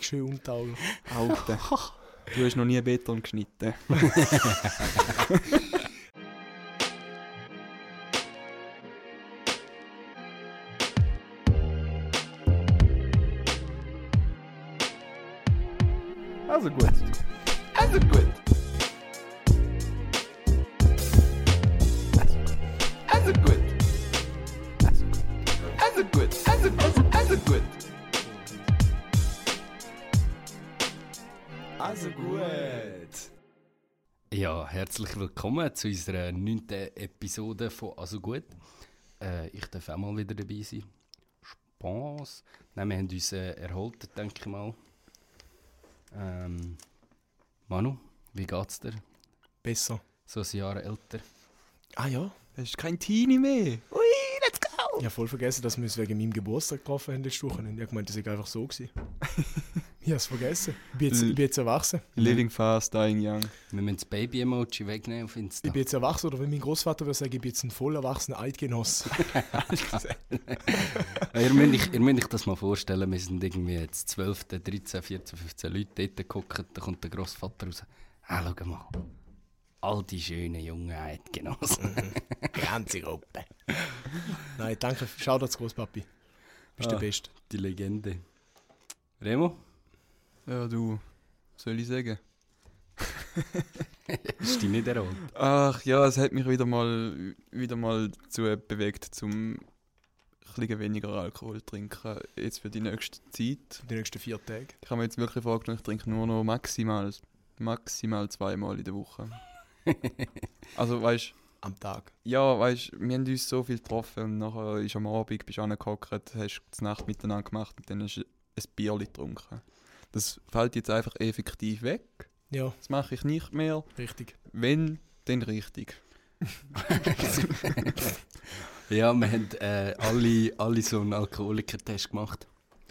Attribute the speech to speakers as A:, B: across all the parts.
A: schön Tag.
B: Alter, du hast noch nie Beton geschnitten.
C: Also gut. Also gut. Also gut. Also gut. Also gut. Also, also gut.
B: Also gut.
D: Ja, herzlich willkommen zu unserer neunten Episode von Also gut. Äh, ich darf auch mal wieder dabei sein. Spaß. Nein, wir haben uns äh, erholt, denke ich mal. Ähm, Manu, wie geht's dir?
A: Besser.
D: So ein Jahr älter.
A: Ah ja?
B: Das ist kein Teenie mehr.
A: Ich habe voll vergessen, dass wir uns wegen meinem Geburtstag getroffen haben letzte Woche. Und ich habe gemeint, das ist einfach so gewesen. ich habe es vergessen. Ich bin, jetzt, ich bin jetzt erwachsen.
B: Living fast, dying young.
D: Wir müssen das Baby-Emoji wegnehmen auf
A: Ich
D: Insta.
A: bin jetzt erwachsen, oder wenn mein Großvater würde sagen, ich bin jetzt ein voll erwachsener Eidgenoss.
D: Äh, ihr, müsst euch, ihr müsst euch das mal vorstellen, wir sind irgendwie jetzt 12, 13, 14, 15 Leute dort gucken, da kommt der Grossvater raus. Ah, schau mal. All die schönen jungen Eidgenossen.
A: Die ganze Gruppe. Nein, danke. Schau das Großpapi. Bist
D: Ah.
A: der Beste.
D: die Legende. Remo?
B: Ja, du. Was soll ich sagen?
D: Ist die nicht erholt?
B: Ach ja, es hat mich wieder mal, wieder mal dazu bewegt, zum ein bisschen weniger Alkohol zu trinken. Jetzt für die nächste Zeit.
A: Die nächsten vier Tage.
B: Ich habe mir jetzt wirklich vorgenommen, ich trinke nur noch maximal, maximal zweimal in der Woche. also weißt
A: Am Tag.
B: Ja, weißt wir haben uns so viel getroffen und nachher ist am Abend bist du angehockt, hast die Nacht miteinander gemacht und dann hast du ein Bierli getrunken. Das fällt jetzt einfach effektiv weg.
A: Ja,
B: Das mache ich nicht mehr.
A: richtig.
B: Wenn, dann richtig.
D: ja, wir haben äh, alle, alle so einen Alkoholikertest gemacht.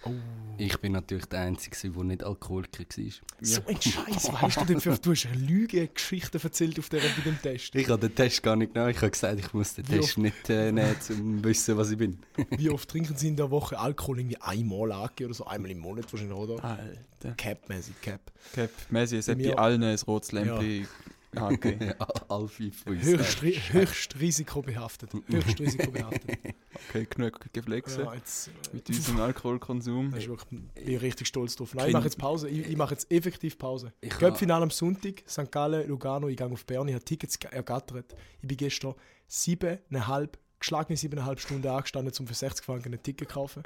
A: Oh.
D: Ich bin natürlich der Einzige, gewesen, der nicht Alkoholiker war.
A: So ein Scheiß. Weißt du denn, für, du hast eine Lügengeschichte erzählt auf der, bei dem Test.
D: Ich habe den Test gar nicht genommen. Ich habe gesagt, ich muss den
A: Jo.
D: Test nicht äh, nehmen, um zu wissen, was ich bin.
A: Wie oft trinken Sie in der Woche Alkohol? Irgendwie einmal ange oder so, einmal im Monat wahrscheinlich, oder?
B: Ah, Alter.
A: Cap-mäßig, Cap.
B: Cap, Messi, es hat bei
A: Mir-
B: allen ein rotes Lämpchen ja. gegeben.
D: Ja, all fünf von uns.
A: Höchst, ri höchst risikobehaftet. Höchst risikobehaftet.
B: Okay, genug geflext
A: ja, jetzt, äh,
B: mit unserem Alkoholkonsum.
A: das ist Also wirklich, ich bin richtig stolz drauf. Nein, ich
B: Kind-
A: mache jetzt Pause. Ich, ich mache jetzt effektiv Pause.
D: Ich kann-
A: Köpfinal am Sonntag, St. Gallen, Lugano, ich gehe auf Bern, ich habe Tickets ge- ergattert. Ich bin gestern siebeneinhalb, geschlagene siebeneinhalb Stunden angestanden, um für 60 Franken ein Ticket zu kaufen.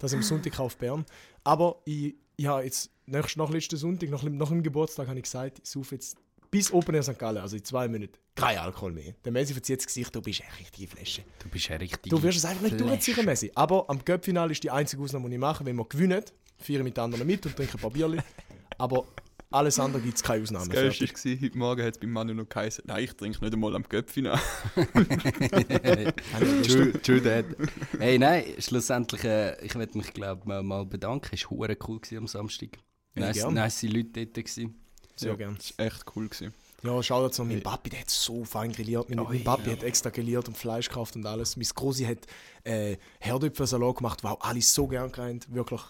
A: Das am Sonntag auf Bern. Aber ich, ich habe jetzt, nächst, nach letzten Sonntag, nach, nach dem Geburtstag, habe ich gesagt, ich suche jetzt bis Open Air St. Gallen, also in zwei Monaten, kein Alkohol mehr. Der Messi verzieht das Gesicht, du bist eine richtige Flasche.
D: Du bist ja richtig.
A: Du wirst es einfach nicht
D: Flasche.
A: durchziehen, Messi. Aber am Cup-Finale ist die einzige Ausnahme, die ich mache, wenn wir gewinnen, feiern mit den anderen mit und trinken ein paar Bierli. Aber alles andere gibt es keine Ausnahme.
B: Das Geilste
A: Fertig.
B: war, heute Morgen hat es beim Manu noch geheißen, nein, ich trinke nicht einmal am Köpfchen an.
D: true, true that. Hey, nein, schlussendlich, äh, ich werde mich, glaube ich, mal bedanken. Es war hure cool gewesen am Samstag.
A: Ja,
D: Nice,
A: gern.
D: nice Leute dort. Gewesen.
A: Sehr gern.
B: Das war echt cool. Gewesen.
A: Ja, schau jetzt noch, mein Papi, der hat so fein grilliert.
B: Oh,
A: Mein, mein Papi hat extra grilliert und Fleisch gekauft und alles. Mein Grossi hat äh, Herdöpfelsalat gemacht, wow, alle so gern gerannt. Wirklich,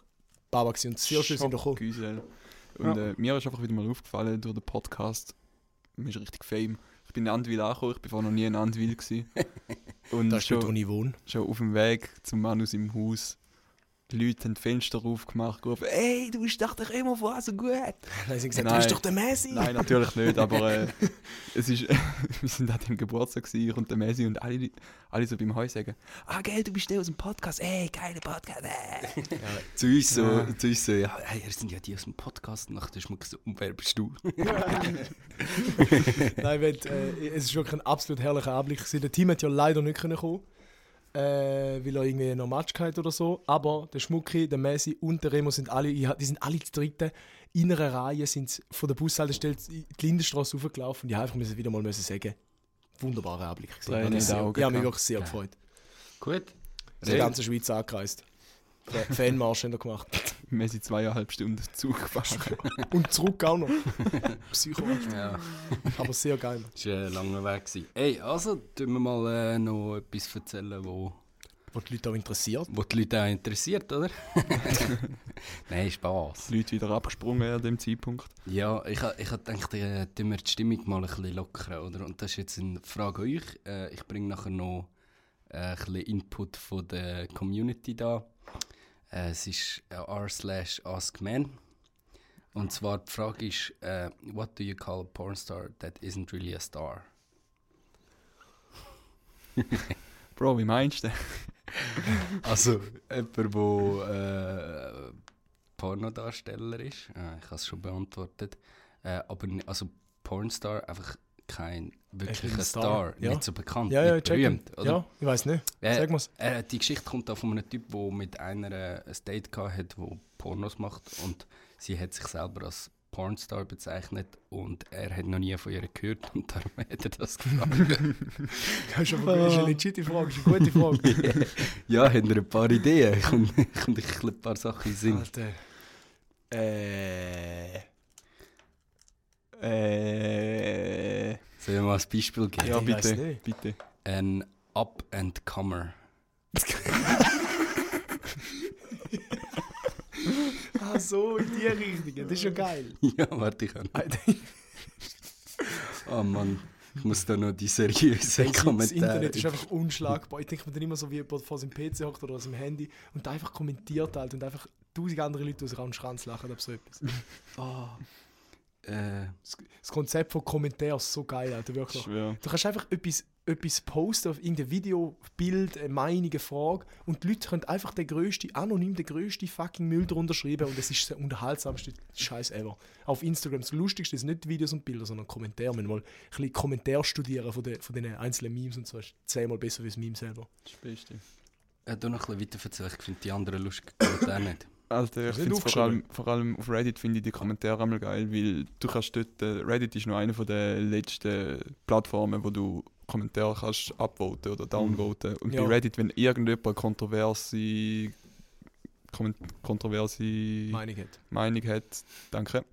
A: Baba gewesen. und sehr schön sind doch gekommen.
B: Güsel. Und äh, mir ist einfach wieder mal aufgefallen durch den Podcast. Mir ist richtig fame. Ich bin in Andwil angekommen, ich bin vorher noch nie in Andwil. gewesen. Und
A: Das ist dort, wo
B: schon,
A: ich wohne.
B: schon auf dem Weg zum Manus im Haus. Die Leute haben die Fenster aufgemacht, gerufen, «Ey, du bist doch doch immer von so gut!»
A: Dann haben sie gesagt,
B: Nein.
A: du bist doch der Messi.
B: Nein, natürlich nicht, aber äh, es ist, wir sind an dem Geburtstag, gewesen, ich und der Messi und alle, alle so beim Heu sagen, «Ah, gell, du bist der aus dem Podcast, ey, geiler Podcast, ey!»
D: Zu uns so,
B: Ja.
D: zu uns so, ja, Ah, hey, ihr sind ja die aus dem Podcast. Und dann hast du mir gesagt, und wer bist du?
A: Nein, wenn, äh, es ist wirklich ein absolut herrlicher Anblick. gewesen. Der Team hat ja leider nicht können kommen, äh, weil er irgendwie noch Match hatte oder so. Aber der Schmucki, der Messi und der Remo sind alle, ich ha- die sind alle zu dritten in einer Reihe, sind sie von der Bushaltestelle in die Lindenstraße raufgelaufen. Und ich habe einfach müssen wieder mal müssen sagen, wunderbarer Anblick. gewesen.
B: Tränen in
A: Das-
B: den
A: ich
B: Augen
A: habe mich
B: gehabt.
A: wirklich sehr gefreut.
D: Gut.
A: Die ganze Schweiz angereist. Fa- Fanmarsch haben wir gemacht.
B: Messi zweieinhalb Stunden Zug gefahren.
A: Und zurück auch noch. Psycho.
D: Ja,
A: Aber sehr geil.
D: das war ein langer Weg. Gewesen. Ey, also, tun wir mal äh, noch etwas erzählen, wo
A: was die Leute auch interessiert.
D: Wo die Leute auch interessiert, oder? Nein, Spaß.
B: Die Leute wieder abgesprungen an dem Zeitpunkt.
D: Ja, ich, ha- ich ha gedacht, äh, tun wir die Stimmung mal ein bisschen lockern, oder? Und das ist jetzt eine Frage an euch. Äh, ich bringe nachher noch äh, ein bisschen Input von der Community da. Äh, es ist äh, r slash ask men. Und zwar die Frage ist, äh, what do you call a pornstar that isn't really a star?
B: Bro, wie meinst du?
D: Also, jemand, der äh, Pornodarsteller ist, äh, ich habe es schon beantwortet, äh, aber n- also Pornstar einfach kein wirklicher
A: kein
D: Star,
A: Star, ja.
D: nicht so bekannt,
A: Ja, ja,
D: nicht
A: check.
D: berühmt.
A: ihn. Ja, ich weiß nicht.
D: Äh,
A: Sag mal's.
D: Äh, die Geschichte kommt da von einem Typ, der mit einer äh, ein Date gehabt hat, wo Pornos macht und sie hat sich selber als Pornstar bezeichnet und er hat noch nie von ihr gehört und darum hat er das gefragt.
A: Das ist aber das ist eine legitime Frage, das ist eine gute Frage.
D: ja, habt ihr ein paar Ideen? Kommt kommt euch ein paar Sachen in den Sinn?
A: Alter. Äh.
B: Äh.
D: Soll ich mal als Beispiel geben?
B: Ja,
A: ich weiss
B: bitte.
A: nicht.
B: Bitte.
D: Ein Up-and-Comer.
A: Ah, so, in die Richtung. Das ist ja geil.
D: ja, warte, ich kann. oh Mann, ich muss da noch die seriösen
A: Das
D: Kommentare.
A: Internet ist einfach unschlagbar. Ich denke mir dann immer so, wie jemand vor seinem PC hockt oder seinem Handy und einfach kommentiert halt und einfach tausend andere Leute aus dem Schranz lachen oder so etwas. Ah.
D: äh,
A: Das- Das Konzept von Kommentar ist so geil, Alter,
B: Ich
A: wirklich.
B: schwöre.
A: Du kannst einfach etwas, etwas posten auf irgendein Video, Bild, eine Meinung, eine Frage und die Leute können einfach den grössten, anonym den grössten fucking Müll drunter schreiben und es ist der unterhaltsamste Scheiß ever. Auf Instagram das Lustigste ist nicht die Videos und Bilder, sondern Kommentare. Wenn mal ein bisschen Kommentare studieren von den, von den einzelnen Memes und so ist zehnmal besser als das Meme selber.
B: Das ist das Beste.
D: äh, du noch ein bisschen weiter erzählen, ich finde die anderen lustig, aber der nicht.
B: Alter, ich
A: Hast du nicht
B: finde vor allem,
A: aufgeschrieben?
B: vor allem auf Reddit finde ich die Kommentare einmal geil, weil du kannst dort, äh, Reddit ist noch eine von der letzten Plattformen, wo du Kommentare kannst upvoten oder downvoten. Und
A: Mhm. Ja.
B: bei Reddit, wenn irgendjemand kontroverse, komment kontroverse
A: Meinung hat.
B: Meinung hat, danke,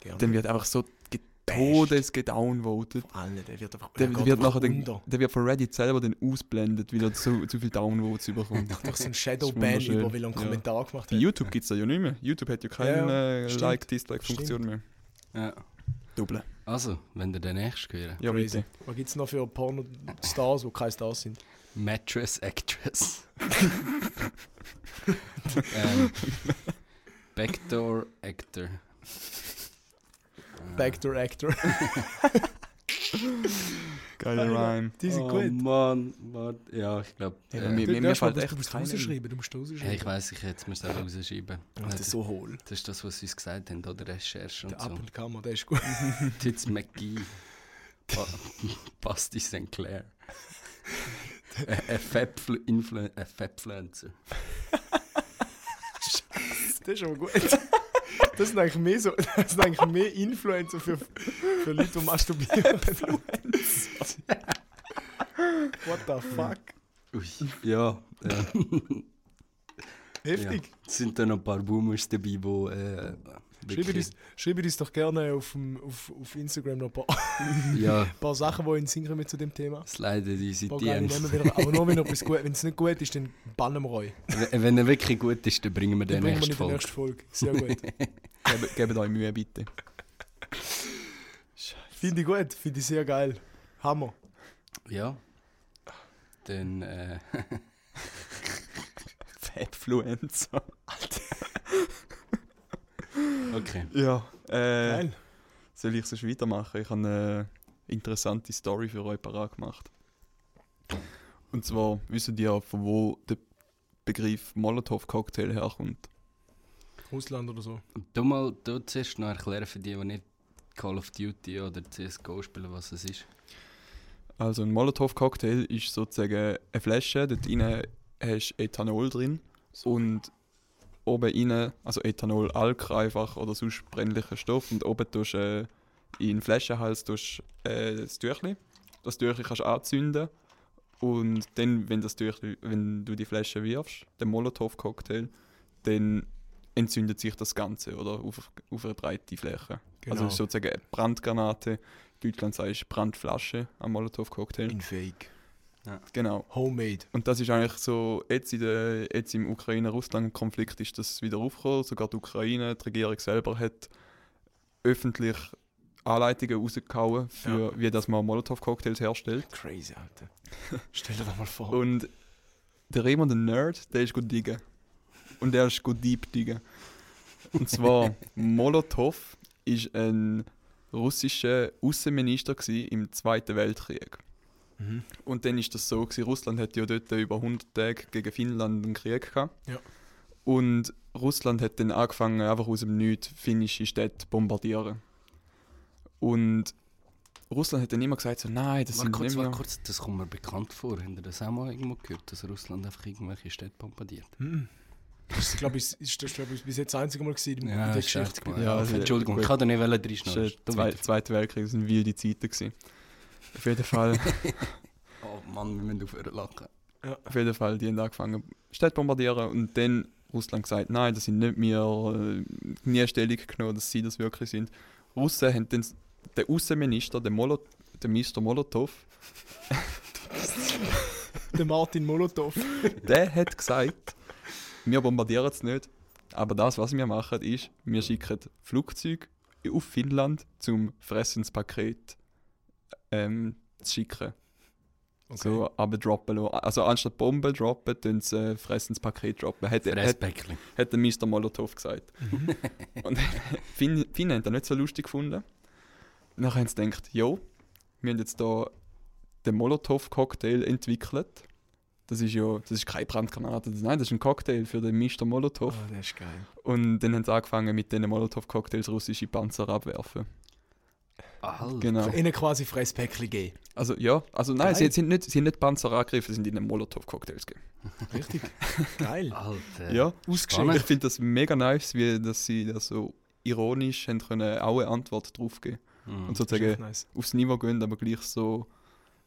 A: Gerne.
B: dann wird einfach so getodes gedownvotet.
A: Alter, der wird einfach
B: Der,
A: er geht
B: wird
A: einfach
B: nachher den,
A: unter.
B: der wird von Reddit selber dann ausblendet, weil er zu, zu viel Downvotes bekommt.
A: Einfach so ein
B: Das ist
A: Shadow-Ban
B: wunderschön.
A: über, weil er einen
B: Ja.
A: Kommentar gemacht
B: Bei
A: hat.
B: YouTube gibt es das ja nicht mehr. YouTube hat ja
A: Ja,
B: keine äh,
A: stimmt.
B: Like-Dislike-Funktion mehr.
D: Ja.
B: Double.
D: Also, wenn ihr den nächsten hören.
B: Ja,
A: Crazy.
B: bitte.
A: Was gibt es noch für Porno-Stars, die keine Stars sind?
D: Mattress Actress. ähm, Backdoor Actor.
B: Ah.
D: Äh,
A: Backdoor Actor.
B: Geiler
A: Alter.
B: Rhyme.
A: Die sind
D: oh
A: gut.
D: Mann, warte. Ja, ich glaube.
B: Ja,
D: Äh,
B: mir-
A: Du- du
B: mir- mir
A: hast mal
B: fällt
A: gesagt,
B: echt
A: Du musst
B: keiner ein.
A: rausschreiben, du musst rausschreiben.
D: hey, ich weiß, ich hätte es selber rausschreiben.
A: Alter,
D: das,
A: so hohl.
D: das ist das, was sie uns gesagt haben, oder? Recherche und
A: Der
D: so.
A: Appelkammer, der ist gut.
D: Tits McGee. Ba Basti St. Clair. Ein Fabfluencer.
A: Das ist aber gut. Das sind eigentlich mehr, so, das sind eigentlich mehr Influencer für, für Leute, die masturbieren. What the fuck?
D: Ui. Ja, ja.
A: Heftig.
D: Ja. Es sind da noch ein paar Boomers dabei, die äh,
A: Schreibt
D: wirklich,
A: uns, schreibt uns doch gerne auf, dem, auf, auf Instagram noch ein paar,
D: ja,
A: paar Sachen, die in Sinn kommen zu dem Thema.
D: es leiden
A: Ein
D: unsere
A: paar geile
D: DMs.
A: Namen wieder, aber nur wenn etwas gut Wenn es nicht gut ist, dann bannen wir euch.
D: W- Wenn er wirklich gut ist, dann bringen wir
A: Dann
D: den
A: bringen wir ihn
D: nächsten
A: in der nächsten Folge.
D: Folge.
A: Sehr gut.
B: Gebt, gebt euch Mühe, bitte.
A: Finde ich gut. Finde ich sehr geil. Hammer.
D: Ja. Dann, äh,
B: Fabfluencer.
D: okay.
B: Ja, äh,
A: Geil.
B: soll ich sonst weitermachen? Ich habe eine interessante Story für euch parat gemacht. Und zwar wissen die ja, von wo der Begriff Molotow-Cocktail herkommt.
A: Russland oder so.
D: Du mal du zuerst noch erklären für die, die nicht Call of Duty oder CSGO spielen, was es ist.
B: Also ein Molotow-Cocktail ist sozusagen eine Flasche, dort drin hast du Ethanol drin und oben rein, also Ethanol, Alk einfach oder sonst brennlicher Stoff und oben tust du äh, in den Flaschenhals tust, du, äh, das Tüchli. Das Tüchli kannst du anzünden und dann, wenn, das Tüchli, wenn du die Flasche wirfst, den Molotow-Cocktail, dann entzündet sich das Ganze oder auf, auf eine breite Fläche.
A: Genau.
B: Also ist sozusagen
A: Mhm.
B: eine Brandgranate. In Deutschland sagst du Brandflasche am Molotow-Cocktail.
A: Fake.
B: Genau.
A: Homemade.
B: Und das ist eigentlich so, jetzt, in der, jetzt im Ukraine-Russland-Konflikt ist das wieder aufgekommen. Sogar die Ukraine, die Regierung selber hat öffentlich Anleitungen rausgehauen, für, wie das man Molotow-Cocktails herstellt.
A: Crazy, Alter. Stell dir das mal vor.
B: Und der Raymond, der Nerd, der ist gut diggen. Und der ist gut deep diggen. Und zwar, Molotow ist ein russischer Außenminister gsi im Zweiten Weltkrieg.
A: Mhm.
B: Und dann ist das so, gewesen, Russland hat ja dort über 100 Tage gegen Finnland einen Krieg gehabt.
A: Ja.
B: Und Russland hat dann angefangen, einfach aus dem Nichts finnische Städte zu bombardieren. Und Russland hat dann immer gesagt, so, nein, das
D: Warte
B: sind
D: kurz,
B: nicht mehr...
D: warte kurz, das kommt mir bekannt vor. Habt ihr das auch mal irgendwo gehört, dass Russland einfach irgendwelche Städte bombardiert?
A: Mhm. Das glaube ich, ist das, glaub ich, bis jetzt das einzige Mal gewesen, in der
D: ist
A: Geschichte.
D: echt mal-
B: Ja, also,
D: Entschuldigung,
B: gut.
D: ich kann da nicht
B: Das
D: reinschneiden.
B: ist der Zwe Zweite Weltkrieg, das waren wilde Zeiten. Gewesen. Auf jeden Fall,
D: Oh Mann, wir müssen aufhören lachen.
B: auf jeden Fall, die haben angefangen, Städte bombardieren und dann Russland gesagt, nein, das sind nicht mehr, äh, nie Stellung genommen, dass sie das wirklich sind. Russen haben dann den Außenminister, den, Molot den Mr. Molotow,
A: Der Martin Molotow.
B: der hat gesagt, wir bombardieren es nicht, aber das, was wir machen, ist, wir schicken Flugzeuge auf Finnland, zum Fressenspaket ähm, zu schicken. So runterdroppen lassen. Also anstatt Bomben droppen, tun sie äh, Fressenspaket droppen. Hat, hat,
D: Fressbäckchen.
B: hat der Mr. Molotow gesagt.
A: Mhm.
B: Und Finn, Finn haben das nicht so lustig gefunden. Nachher haben sie gedacht, jo, wir haben jetzt hier den Molotow-Cocktail entwickelt. Das ist ja das ist keine Brandgranate, das- nein, das ist ein Cocktail für den Mr. Molotow.
A: Ah, das ist geil.
B: Und dann haben sie angefangen, mit diesen Molotow-Cocktails russische Panzer abwerfen.
D: Alter.
B: Genau.
A: Ihnen Also quasi Fresspäckchen geben.
B: Also ja, also nein, sie,
A: Geil.
B: sie, haben nicht, sie haben nicht Panzer angegriffen, sie sind in den Molotow-Cocktails gegeben.
A: Richtig. geil.
B: Ah,
D: Alter.
B: Ja.
D: Äh, Spannend.
B: Ich finde das mega nice, wie dass sie da so ironisch haben können, auch eine Antwort drauf geben
D: Hm.
B: und
A: Das ist echt
B: sozusagen
A: nice.
B: aufs Niveau gehen, aber gleich so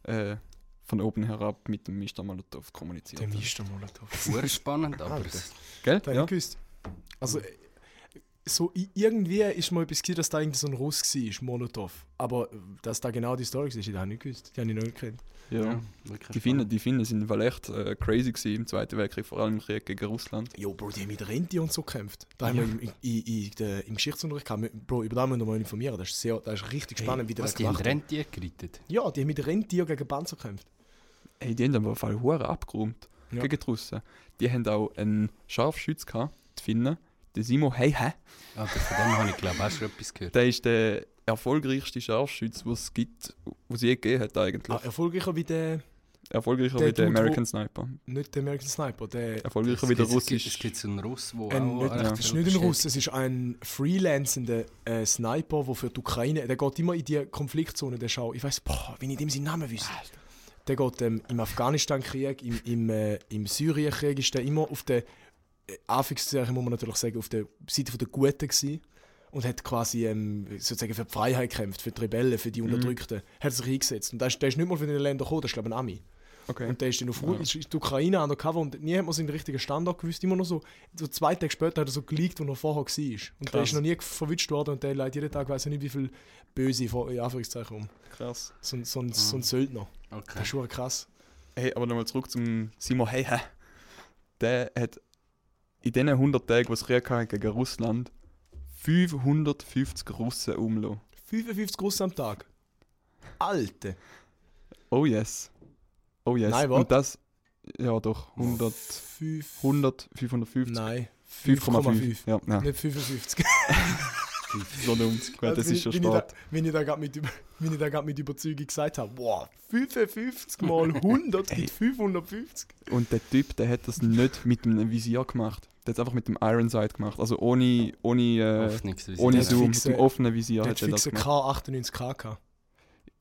B: äh, von oben herab mit dem Mr. Molotov
A: Der
B: kommunizieren.
A: Mr. Molotow.
D: Hure spannend, aber
A: Alter.
D: es-
B: Gell?
A: Da ja.
B: Ja.
A: ich gewusst. Also, äh, so i- irgendwie ist mal etwas gewesen, dass da irgend so ein Russ war, Molotow. Aber äh, dass da genau die Story war, ich habe ich nicht gewusst. Die habe ich noch nicht gekannt.
B: Ja.
D: wirklich
B: Die Finnen, die Finnen sind weil echt äh, crazy gewesen im Zweiten Weltkrieg, vor allem im Krieg gegen Russland.
A: Jo, Bro, die haben mit Rente und so gekämpft. Da haben wir im, in, in, in der, im Geschichtsunterricht gehabt. Bro, über das müssen wir mal informieren. Das ist, sehr, das ist richtig spannend, wie die
D: Was,
A: das
D: die haben
A: gemacht haben.
D: Rentier gerettet?
A: Ja, die haben mit Rentier gegen Panzer gekämpft.
B: Ey, die haben aber auf jeden Fall abgeräumt
A: Ja.
B: gegen die Russen. Die haben auch einen Scharfschütz gehabt, die Finnen, der Simo Heihe.
D: Aber Ah, von dem habe ich glaube ich auch schon etwas gehört.
B: Der ist der erfolgreichste Scharfschütz, den es gibt, was je gegeben hat eigentlich.
A: Ah, erfolgreicher wie der,
B: Erfolgreicher
A: Der
B: wie der
A: Dude, wo-
B: American Sniper.
A: nicht der American Sniper, der.
B: Erfolgreicher wie der
D: Es gibt-
B: Russisch. Äh,
D: Es gibt so einen Russ, der
A: Ein,
D: auch...
A: nicht,
D: echt
A: Das ist nicht ein
D: verrückt
A: Russ, es ist ein freelancender äh, Sniper, der für die Ukraine, der geht immer in die Konfliktzone, der schaut, ich weiß, boah, wenn ich dem seinen Namen wüsste. Der geht ähm, im Afghanistan-Krieg, im, im, äh, im Syrien-Krieg ist der immer auf der, äh, Anführungszeichen muss man natürlich sagen, auf der Seite der Guten gewesen und hat quasi ähm, sozusagen für die Freiheit gekämpft, für die Rebellen, für die Unterdrückten, hat sich eingesetzt. Und der ist, der ist nicht mal von den Ländern gekommen, das ist glaube ich ein Ami.
B: Okay.
A: Und der ist dann auf Ru- ist in die Ukraine undercover und nie hat man seinen richtigen Standort gewusst. Immer noch so, so zwei Tage später hat er so geleakt, wo er vorher war. Und der
B: Krass.
A: ist noch nie verwünscht worden und der leidet jeden Tag, weiß ich nicht, wie viel Böse vor- in Anführungszeichen um.
B: Krass.
A: So, ein- so, ein, so ein Söldner. Das
D: Okay.
A: ist schon krass.
B: Hey, aber nochmal zurück zum Simo Heihe. Der hat in diesen 100 Tagen, die es Krieg hatte gegen Russland, 550 Russen umgelassen.
A: 55 Russen am Tag. Alte.
B: Oh yes. Oh yes.
A: Nein,
B: Und
A: warte.
B: das, ja doch, 100,
A: 5.
B: 100 550.
A: Nein.
B: 5,5.
A: 5,5.
B: Ja, ja.
A: Nicht 55.
B: So dumm. Ja, das
A: Also,
B: ist schon
A: wenn ich da-
B: stark.
A: Wenn ich da gerade mit, Über- wenn ich da grad mit Überzeugung gesagt habe, wow, 55 mal 100 gibt 550.
B: Und der Typ, der hat das nicht mit einem Visier gemacht. Der hat es einfach mit dem Ironside gemacht. Also ohne, ohne, äh,
D: Hoffnungsweise.
B: ohne
A: Der hat
B: Zoom, mit
A: fixe-
B: dem offenen Visier
A: Der
B: hat
A: hat
B: er das
A: fix ein
B: gemacht.
A: K98K gehabt.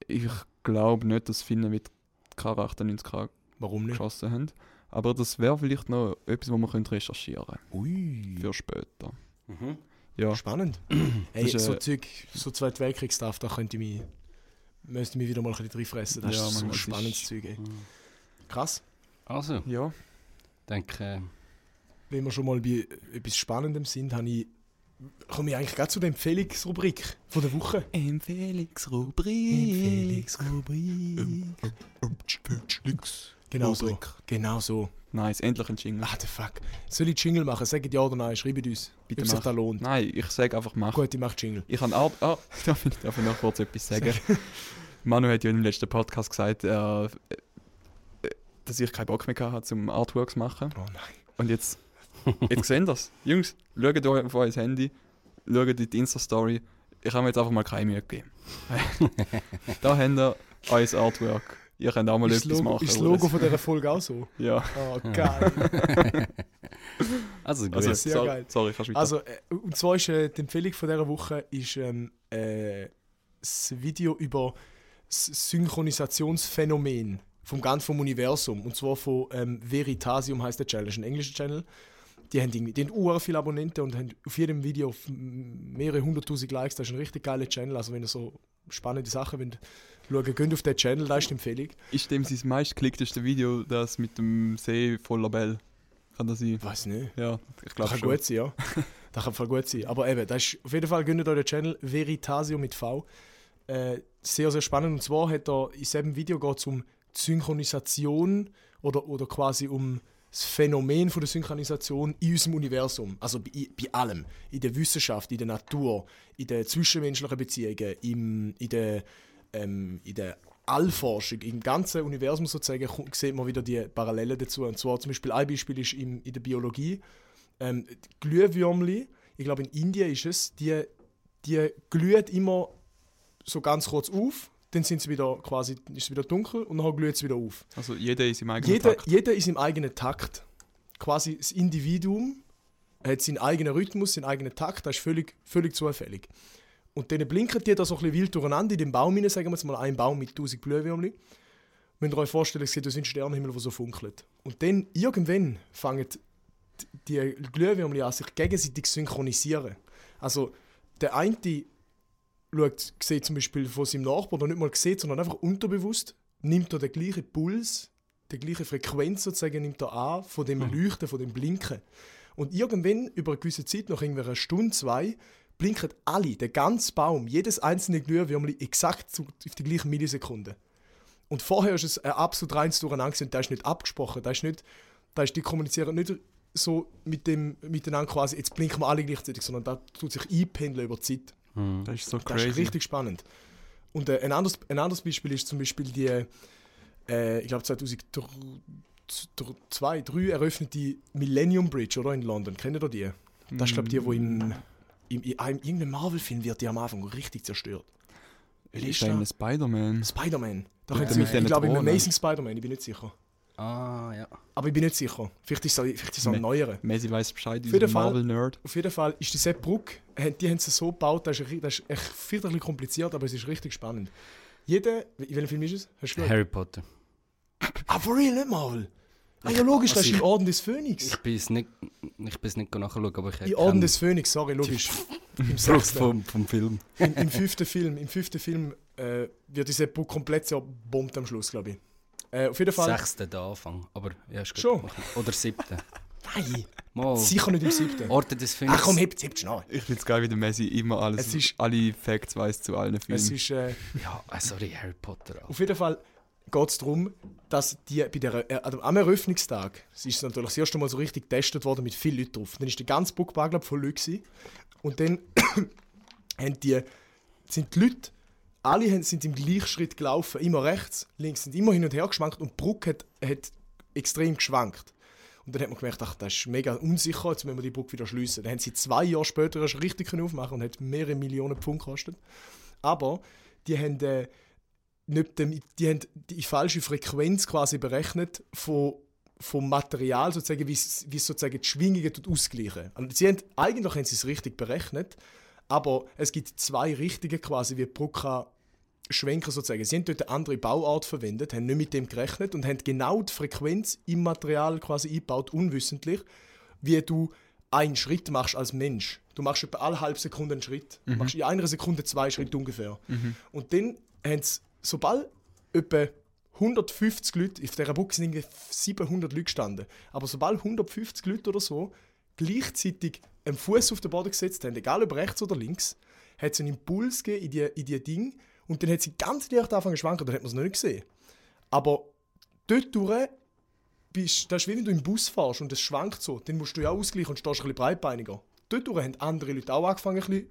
B: Ich glaube nicht, dass Finnen mit K98K
A: Warum nicht?
B: geschossen haben. Aber das wäre vielleicht noch etwas, was man könnte recherchieren könnte
A: Ui.
B: für später.
D: Mhm.
B: Ja,
A: Spannend. Ey,
B: ist, äh,
A: so Zeug, so Zweite Weltkriegsstuff, da könnte ich mich, müsste ich mich wieder mal ein bisschen reinfressen. Das
B: Ja,
A: ist so
B: Mann, das
A: spannendes
B: ist- hm.
A: Zeug, ey. Krass.
D: Also, äh,
B: ja.
D: denke,
A: Wenn wir schon mal bei etwas Spannendem sind, habe ich komme ich eigentlich gerade zu der Empfehlungsrubrik von der Woche.
B: Empfehlungsrubrik.
A: Empfehlungsrubrik. Genau so.
B: Rubrik. Hm.
A: Genau so.
B: Nice, endlich ein Jingle.
A: Ah, the fuck. Soll ich Jingle machen? Sagt ja oder nein, schreibt uns,
B: Bitte
A: ob sich
B: mach.
A: das lohnt.
B: Nein, ich sage einfach mach.
A: Gut, ich mache Jingle.
B: Ich habe Arbeit. Ah, darf ich, darf ich noch kurz etwas sagen? Manu hat ja im letzten Podcast gesagt, äh, äh, dass ich keinen Bock mehr hatte, um Artworks zu machen.
A: Oh nein.
B: Und jetzt, jetzt sehen das. Jungs, schaut euch auf euer Handy, schaut in die Insta-Story. Ich habe mir jetzt einfach mal keine Mühe gegeben. da habt ihr euer Artwork. Ihr könnt auch mal
A: Ist das
B: etwas
A: Logo,
B: machen.
A: ist das
B: wo das-
A: Logo von dieser Folge auch so?
B: Ja,
A: Oh, geil.
D: Also gut.
B: also,
A: sehr
B: sorry,
A: geil.
B: sorry, kannst du weiter.
A: Also, äh, und zwar ist äh, die Empfehlung von dieser Woche ist, ähm, äh, das Video über das Synchronisationsphänomen vom ganzen Universum. Und zwar von ähm, Veritasium heißt der Channel, das ist ein englischer Channel. Die haben, irgendwie, die haben ur viele Abonnenten und haben auf jedem Video f- mehrere hunderttausend Likes. Das ist ein richtig geiler Channel. Also, wenn ihr so spannende Sachen wollt, schauen, geht auf den Channel, da ist die Empfehlung.
B: ist dem sein meistgeklickteste Video das mit dem See voller Bälle? Kann das sein?
A: Weiß nicht.
B: Ja, ich
A: Das
B: glaube
A: kann
B: schon.
A: gut sein, ja. Das kann voll gut sein. Aber eben, das ist, auf jeden Fall gönnt euch den Channel Veritasio mit V. Äh, sehr, sehr spannend. Und zwar hat er in diesem Video geht es um die Synchronisation oder, oder quasi um das Phänomen von der Synchronisation in unserem Universum. Also bei, bei allem. In der Wissenschaft, in der Natur, in den zwischenmenschlichen Beziehungen, im, in der ähm, in der Allforschung, im ganzen Universum sozusagen, ko- sieht man wieder die Parallelen dazu. Und zwar zum Beispiel ein Beispiel ist im, in der Biologie. Ähm, die Glühwürmli, ich glaube in Indien ist es, die, die glühen immer so ganz kurz auf, dann sind sie wieder quasi, ist es wieder dunkel und dann glüht es wieder auf.
B: Also jeder ist im eigenen
A: Jeder,
B: Takt.
A: jeder ist im eigenen Takt. Quasi das Individuum hat seinen eigenen Rhythmus, seinen eigenen Takt, das ist völlig, völlig zufällig. Und dann blinken die da so ein bisschen wild durcheinander in den Baum hinein, sagen wir jetzt mal einen Baum mit 1000 Blühwürmchen. Müsst ihr euch vorstellen, es sieht aus wie ein Sternenhimmel, der so funkelt. Und dann, irgendwann, fangen die Glühwürmchen an, sich gegenseitig zu synchronisieren. Also, der eine schaut, sieht zum Beispiel von seinem Nachbarn, der nicht mal sieht, sondern einfach unterbewusst, nimmt er den gleichen Puls, die gleiche Frequenz sozusagen nimmt er an, von dem Leuchten, von dem Blinken. Und irgendwann, über eine gewisse Zeit, nach irgendeiner Stunde, zwei, blinken alle, der ganze Baum, jedes einzelne Glühwürmchen exakt zu, auf die gleichen Millisekunden. Und vorher ist es ein absolut reines Durcheinander gewesen und das ist nicht abgesprochen, das ist nicht, das ist, die kommunizieren nicht so mit dem, miteinander quasi, jetzt blinken wir alle gleichzeitig, sondern das tut sich einpendeln über die Zeit.
B: Das ist so
A: Das
B: crazy.
A: ist richtig spannend. Und äh, ein, anderes, ein anderes Beispiel ist zum Beispiel die, äh, ich glaube 2002, 3 eröffnete Millennium Bridge, oder? In London. Kennt ihr die? Das ist, glaube ich, die, wo im, im, in einem, irgendeinem Marvel-Film wird die am Anfang richtig zerstört.
B: Ist da ein Spider-Man?
A: Spider-Man. Da
B: Mit
A: könnte
B: den-
A: sie-
B: mit den
A: ich glaube, im
B: Drohnen.
A: Amazing Spider-Man, ich bin nicht sicher.
D: Ah, ja.
A: Aber ich bin nicht sicher. Vielleicht ist es, vielleicht ist es
B: Nee.
A: ein neuerer.
B: Messi weiß Bescheid,
A: jeden
B: dieser
A: Fall.
B: Marvel-Nerd.
A: Auf jeden Fall ist diese Brücke, haben- äh, die haben sie so gebaut, das ist, ri- das ist echt vielleicht ein bisschen kompliziert, aber es ist richtig spannend. Jeder, in welchem Film ist es? Hast du geschaut?
D: Harry Potter.
A: Ah, for real, nicht mal. Ah, ja, logisch,
D: also
A: das ist in Orden des Phönix.
D: Ich bin es nicht, ich bin's nicht nachschauen, aber ich
A: In Orden
D: erkenne-
A: des Phönix, sorry, logisch. Im
D: Bruch
A: sechsten,
D: vom, vom Film.
A: im, im fünften Film, im fünften Film äh, wird diese Buch komplett zerbombt am Schluss, glaube ich. Äh, auf jeden Fall.
D: Sechsten der Anfang. Aber ja, ist gut.
A: Schon?
D: Mach nicht. Oder siebten.
A: Nein,
D: Mal.
A: sicher nicht im siebten.
D: Orte des Films.
A: Ach komm, hebt, hebt schnell.
B: Ich find's geil, wie der Messi immer alles,
A: Es ist-
B: alle Facts weiß zu allen Filmen.
A: Es ist, äh,
D: Ja, ah, sorry, Harry Potter. Alter.
A: auf jeden Fall geht es darum, dass die bei der, äh, am Eröffnungstag, es ist natürlich das erste Mal so richtig getestet worden mit vielen Leuten drauf. Dann ist der ganze Bookbar, glaube ich, voll Leuten. gewesen. Und dann haben die, sind die Leute, alle haben, sind im Gleichschritt gelaufen, immer rechts, links sind immer hin und her geschwankt und die Brücke hat, hat extrem geschwankt. Und dann hat man gemerkt, ach, das ist mega unsicher, jetzt müssen wir die Brücke wieder schliessen. Dann haben sie zwei Jahre später erst richtig können aufmachen und hat mehrere Millionen Pfund gekostet. Aber die haben, äh, nicht dem, die haben die falsche Frequenz quasi berechnet von, vom Material, sozusagen, wie, es- wie es sozusagen die Schwingungen tut ausgleichen. Also sie haben, eigentlich haben sie es richtig berechnet, aber es gibt zwei Richtungen quasi, wie die Brücke kann schwenken sozusagen. Sie haben dort eine andere Bauart verwendet, haben nicht mit dem gerechnet und haben genau die Frequenz im Material quasi eingebaut, unwissentlich, wie du einen Schritt machst als Mensch. Du machst etwa alle halbe Sekunde einen Schritt. Du machst in einer Sekunde zwei Schritte ungefähr. Und dann haben sie, sobald etwa 150 Leute, auf dieser Box sind irgendwie 700 Leute gestanden, aber sobald 150 Leute oder so gleichzeitig einen Fuß auf den Boden gesetzt haben, egal ob rechts oder links, hat es einen Impuls gegeben in die, in die Ding und dann hat sie ganz leicht angefangen zu schwanken, dann hat man es nicht gesehen. Aber dort durch bist, das ist wie wenn du im Bus fährst und es schwankt so, dann musst du ja ausgleichen und stehst ein bisschen breitbeiniger. Dort durch haben andere Leute auch angefangen, ein bisschen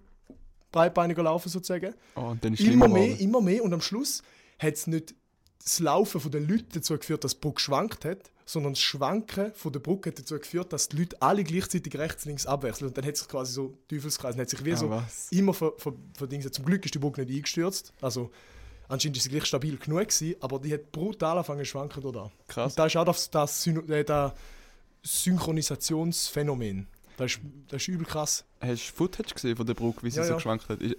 A: breitbeiniger laufen sozusagen.
B: Ah, und dann ist
A: Immer
B: schlimmer
A: mehr,
B: geworden.
A: immer mehr. Und am Schluss hat es nicht das Laufen der Leute dazu geführt, dass die Brücke geschwankt hat, sondern das Schwanken von der Brücke hat dazu geführt, dass die Leute alle gleichzeitig rechts, links abwechseln. Und dann hat sich quasi so Teufelskreis, dann hat sich wie
B: Ah,
A: so
B: was?
A: immer ver, ver, verdingst. Zum Glück ist die Brücke nicht eingestürzt. Also anscheinend ist sie gleich stabil genug gewesen, aber die hat brutal angefangen zu schwanken durch da.
B: Krass.
A: Und da ist auch das, das, Syn äh, das Synchronisationsphänomen. Das ist, das ist übel krass.
B: Hast du Footage gesehen von der Brücke, wie sie
A: Ja,
B: so
A: ja.
B: geschwankt hat? Ist,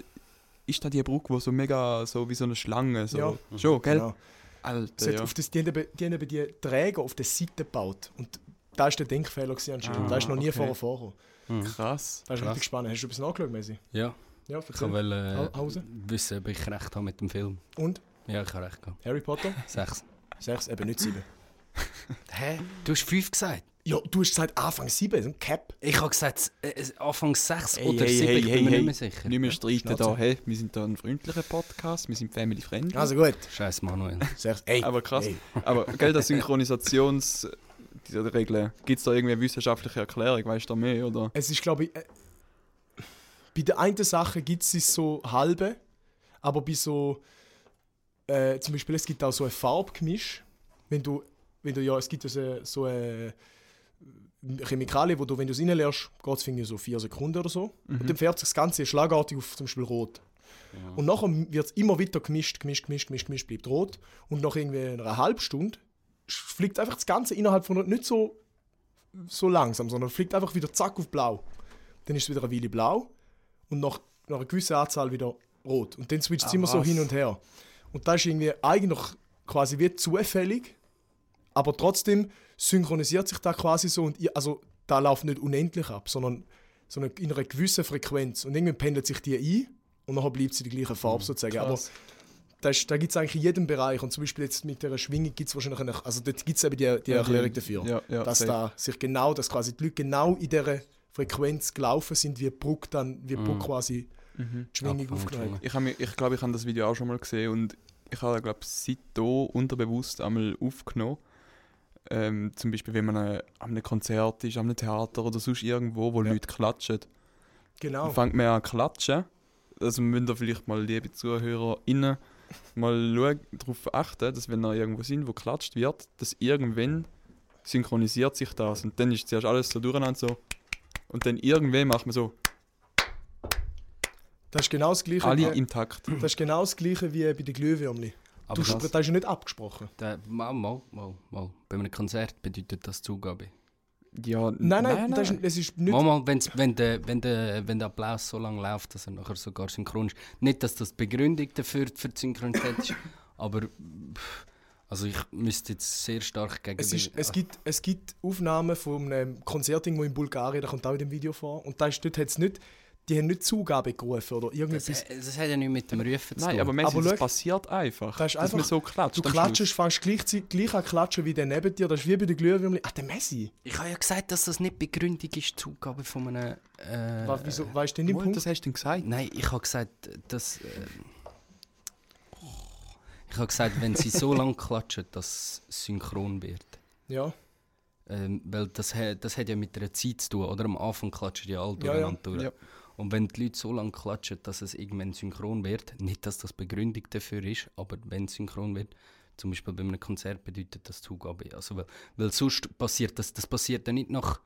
B: ist da die Brücke, die so mega, so wie so eine Schlange, so...
A: Ja.
B: Schon, gell?
A: Genau. Es
B: Alter,
A: hat
B: ja.
A: auf das, die, haben eben, die haben eben die Träger auf der Seite gebaut. Und da war der Denkfehler gewesen anscheinend. Und da ist noch nie
B: Ah, okay.
A: vorher vorgekommen.
B: Krass.
A: Das ist
D: Krass.
A: richtig spannend. Hast du etwas nachgeschaut, Messi?
D: Mhm. Ja,
A: Ja,
D: ich wollte
A: Hau- Hause?
D: äh, wissen, ob ich recht habe mit dem Film.
A: Und?
D: Ja, ich habe recht gehabt.
A: Harry Potter?
D: Sechs.
A: Sechs, eben nicht sieben.
D: Hä? Du hast fünf gesagt.
A: Ja, du hast seit Anfang sieben, so ein Cap.
D: Ich habe gesagt, äh, Anfang sechs
B: Hey,
D: oder
B: hey,
D: sieben,
B: hey,
D: ich bin
B: hey,
D: mir
B: hey.
D: nicht mehr sicher.
B: Nicht mehr streiten
A: Schnauze.
B: da, hey, wir sind da ein freundlicher Podcast, wir sind family friendly.
A: Also gut.
D: Scheiß Manuel.
A: Sechs. Ey,
B: Aber krass.
A: Ey.
B: Aber gell, das Synchronisations... Diese Regeln. Gibt es da irgendwie eine wissenschaftliche Erklärung? Weißt du da mehr, oder?
A: Es ist, glaube ich. Äh, bei der einen Sache gibt es so halbe, aber bei so. Äh, zum Beispiel, es gibt auch so ein Farbgemisch. Wenn du, wenn du ja, es gibt ja so, so eine Chemikalie, wo du, wenn du es reinlernst, geht es irgendwie so vier Sekunden oder so. Und dann färbt sich das Ganze schlagartig auf zum Beispiel rot. Und nachher wird es immer weiter gemischt, gemischt, gemischt, gemischt, gemischt, bleibt rot. Und nach irgendwie einer halben Stunde sch- fliegt einfach das Ganze innerhalb von nicht so so langsam, sondern fliegt einfach wieder zack auf blau. Dann ist es wieder eine Weile blau und nach, nach einer gewissen Anzahl wieder rot. Und dann switcht es immer so
B: Ah, was.
A: hin und her. Und das ist irgendwie eigentlich quasi wie zufällig, aber trotzdem synchronisiert sich da quasi so. Und ihr, also da läuft nicht unendlich ab, sondern so eine, in einer gewissen Frequenz. Und irgendwann pendelt sich die ein und nachher bleibt sie die gleiche Farbe sozusagen. Aber
B: Hm, Krass.
A: da, ist- da gibt es eigentlich in jedem Bereich. Und zum Beispiel jetzt mit der Schwingung gibt es wahrscheinlich eine, also dort gibt es eben die, die
B: Ja,
A: Erklärung
B: die-
A: dafür.
B: ja, ja,
A: dass
B: safe.
A: da sich genau, dass quasi die Leute genau in dieser Frequenz gelaufen sind, wie die Brücke dann, wie die
B: Mhm.
A: Brücke quasi die Schwingung
D: Abgefangen,
A: aufgenommen hat.
B: Ich glaube, ich, glaub, ich habe das Video auch schon mal gesehen und ich habe, glaube seitdem unterbewusst einmal aufgenommen. Ähm, zum Beispiel, wenn man äh, an einem Konzert ist, an einem Theater oder sonst irgendwo, wo
A: Ja.
B: Leute klatschen.
A: Genau.
B: Dann fängt man an zu klatschen. Also müsst ihr vielleicht mal, liebe ZuhörerInnen, mal darauf achten, dass wenn ihr irgendwo sind, wo klatscht wird, dass irgendwann synchronisiert sich das. Und dann ist zuerst alles so durcheinander so. Und dann irgendwann macht man so,
A: Das ist genau das gleiche,
B: alle
A: wie,
B: im Takt.
A: das ist genau das gleiche wie bei den Glühwürmchen. Du
D: Aber das,
A: spr- das ist ja nicht abgesprochen.
D: da, mal, mal, mal, mal. Bei einem Konzert bedeutet das Zugabe.
B: Ja,
A: Nein, nein, Das ist, es ist nicht.
D: Mal, mal, wenn's, wenn, der, wenn, der, wenn der Applaus so lange läuft, dass er nachher sogar synchron ist. Nicht, dass das die Begründung dafür für die Synchronität ist, aber pff, also ich müsste jetzt sehr stark gegen
A: Es, ist,
D: den-
A: es, gibt, es gibt Aufnahmen von einem Konzert irgendwo in Bulgarien, da kommt auch in dem Video vor. Und da ist, dort hat's nicht, die haben nicht Zugabe gerufen oder
D: das,
A: irgendetwas.
D: das Also, hat ja nichts mit dem Rufen zu
B: Nein,
D: tun.
B: aber Messi,
A: Aber
B: das
A: schau,
B: passiert einfach.
A: das ist
B: dass man
A: einfach-
B: so klatscht.
A: Du
B: am
A: klatschst, fängst gleich, gleich an klatschen wie der neben dir. Das ist wie bei den Glühwürmchen. Ah, der Messi.
D: ich habe ja gesagt, dass das nicht Begründung ist, Zugabe von einem... Äh,
A: Wa- Wieso, weißt du denn
B: Schluss.
A: den
B: Mo,
A: Punkt?
B: Das hast du denn gesagt?
D: Nein, ich habe gesagt, dass. Äh, ich habe gesagt, wenn sie so lange klatschen, dass es synchron wird.
A: ja.
D: Ähm, weil das, hä- das hat ja mit der Zeit zu tun, oder? Am Anfang klatschen die alle
A: Ja, ja.
D: durcheinander. durch.
B: Ja.
D: Und wenn die Leute so lange klatschen, dass es irgendwann synchron wird, nicht, dass das Begründung dafür ist, aber wenn es synchron wird, zum Beispiel bei einem Konzert bedeutet das Zugabe. Also, weil, weil sonst passiert das, das passiert ja nicht nach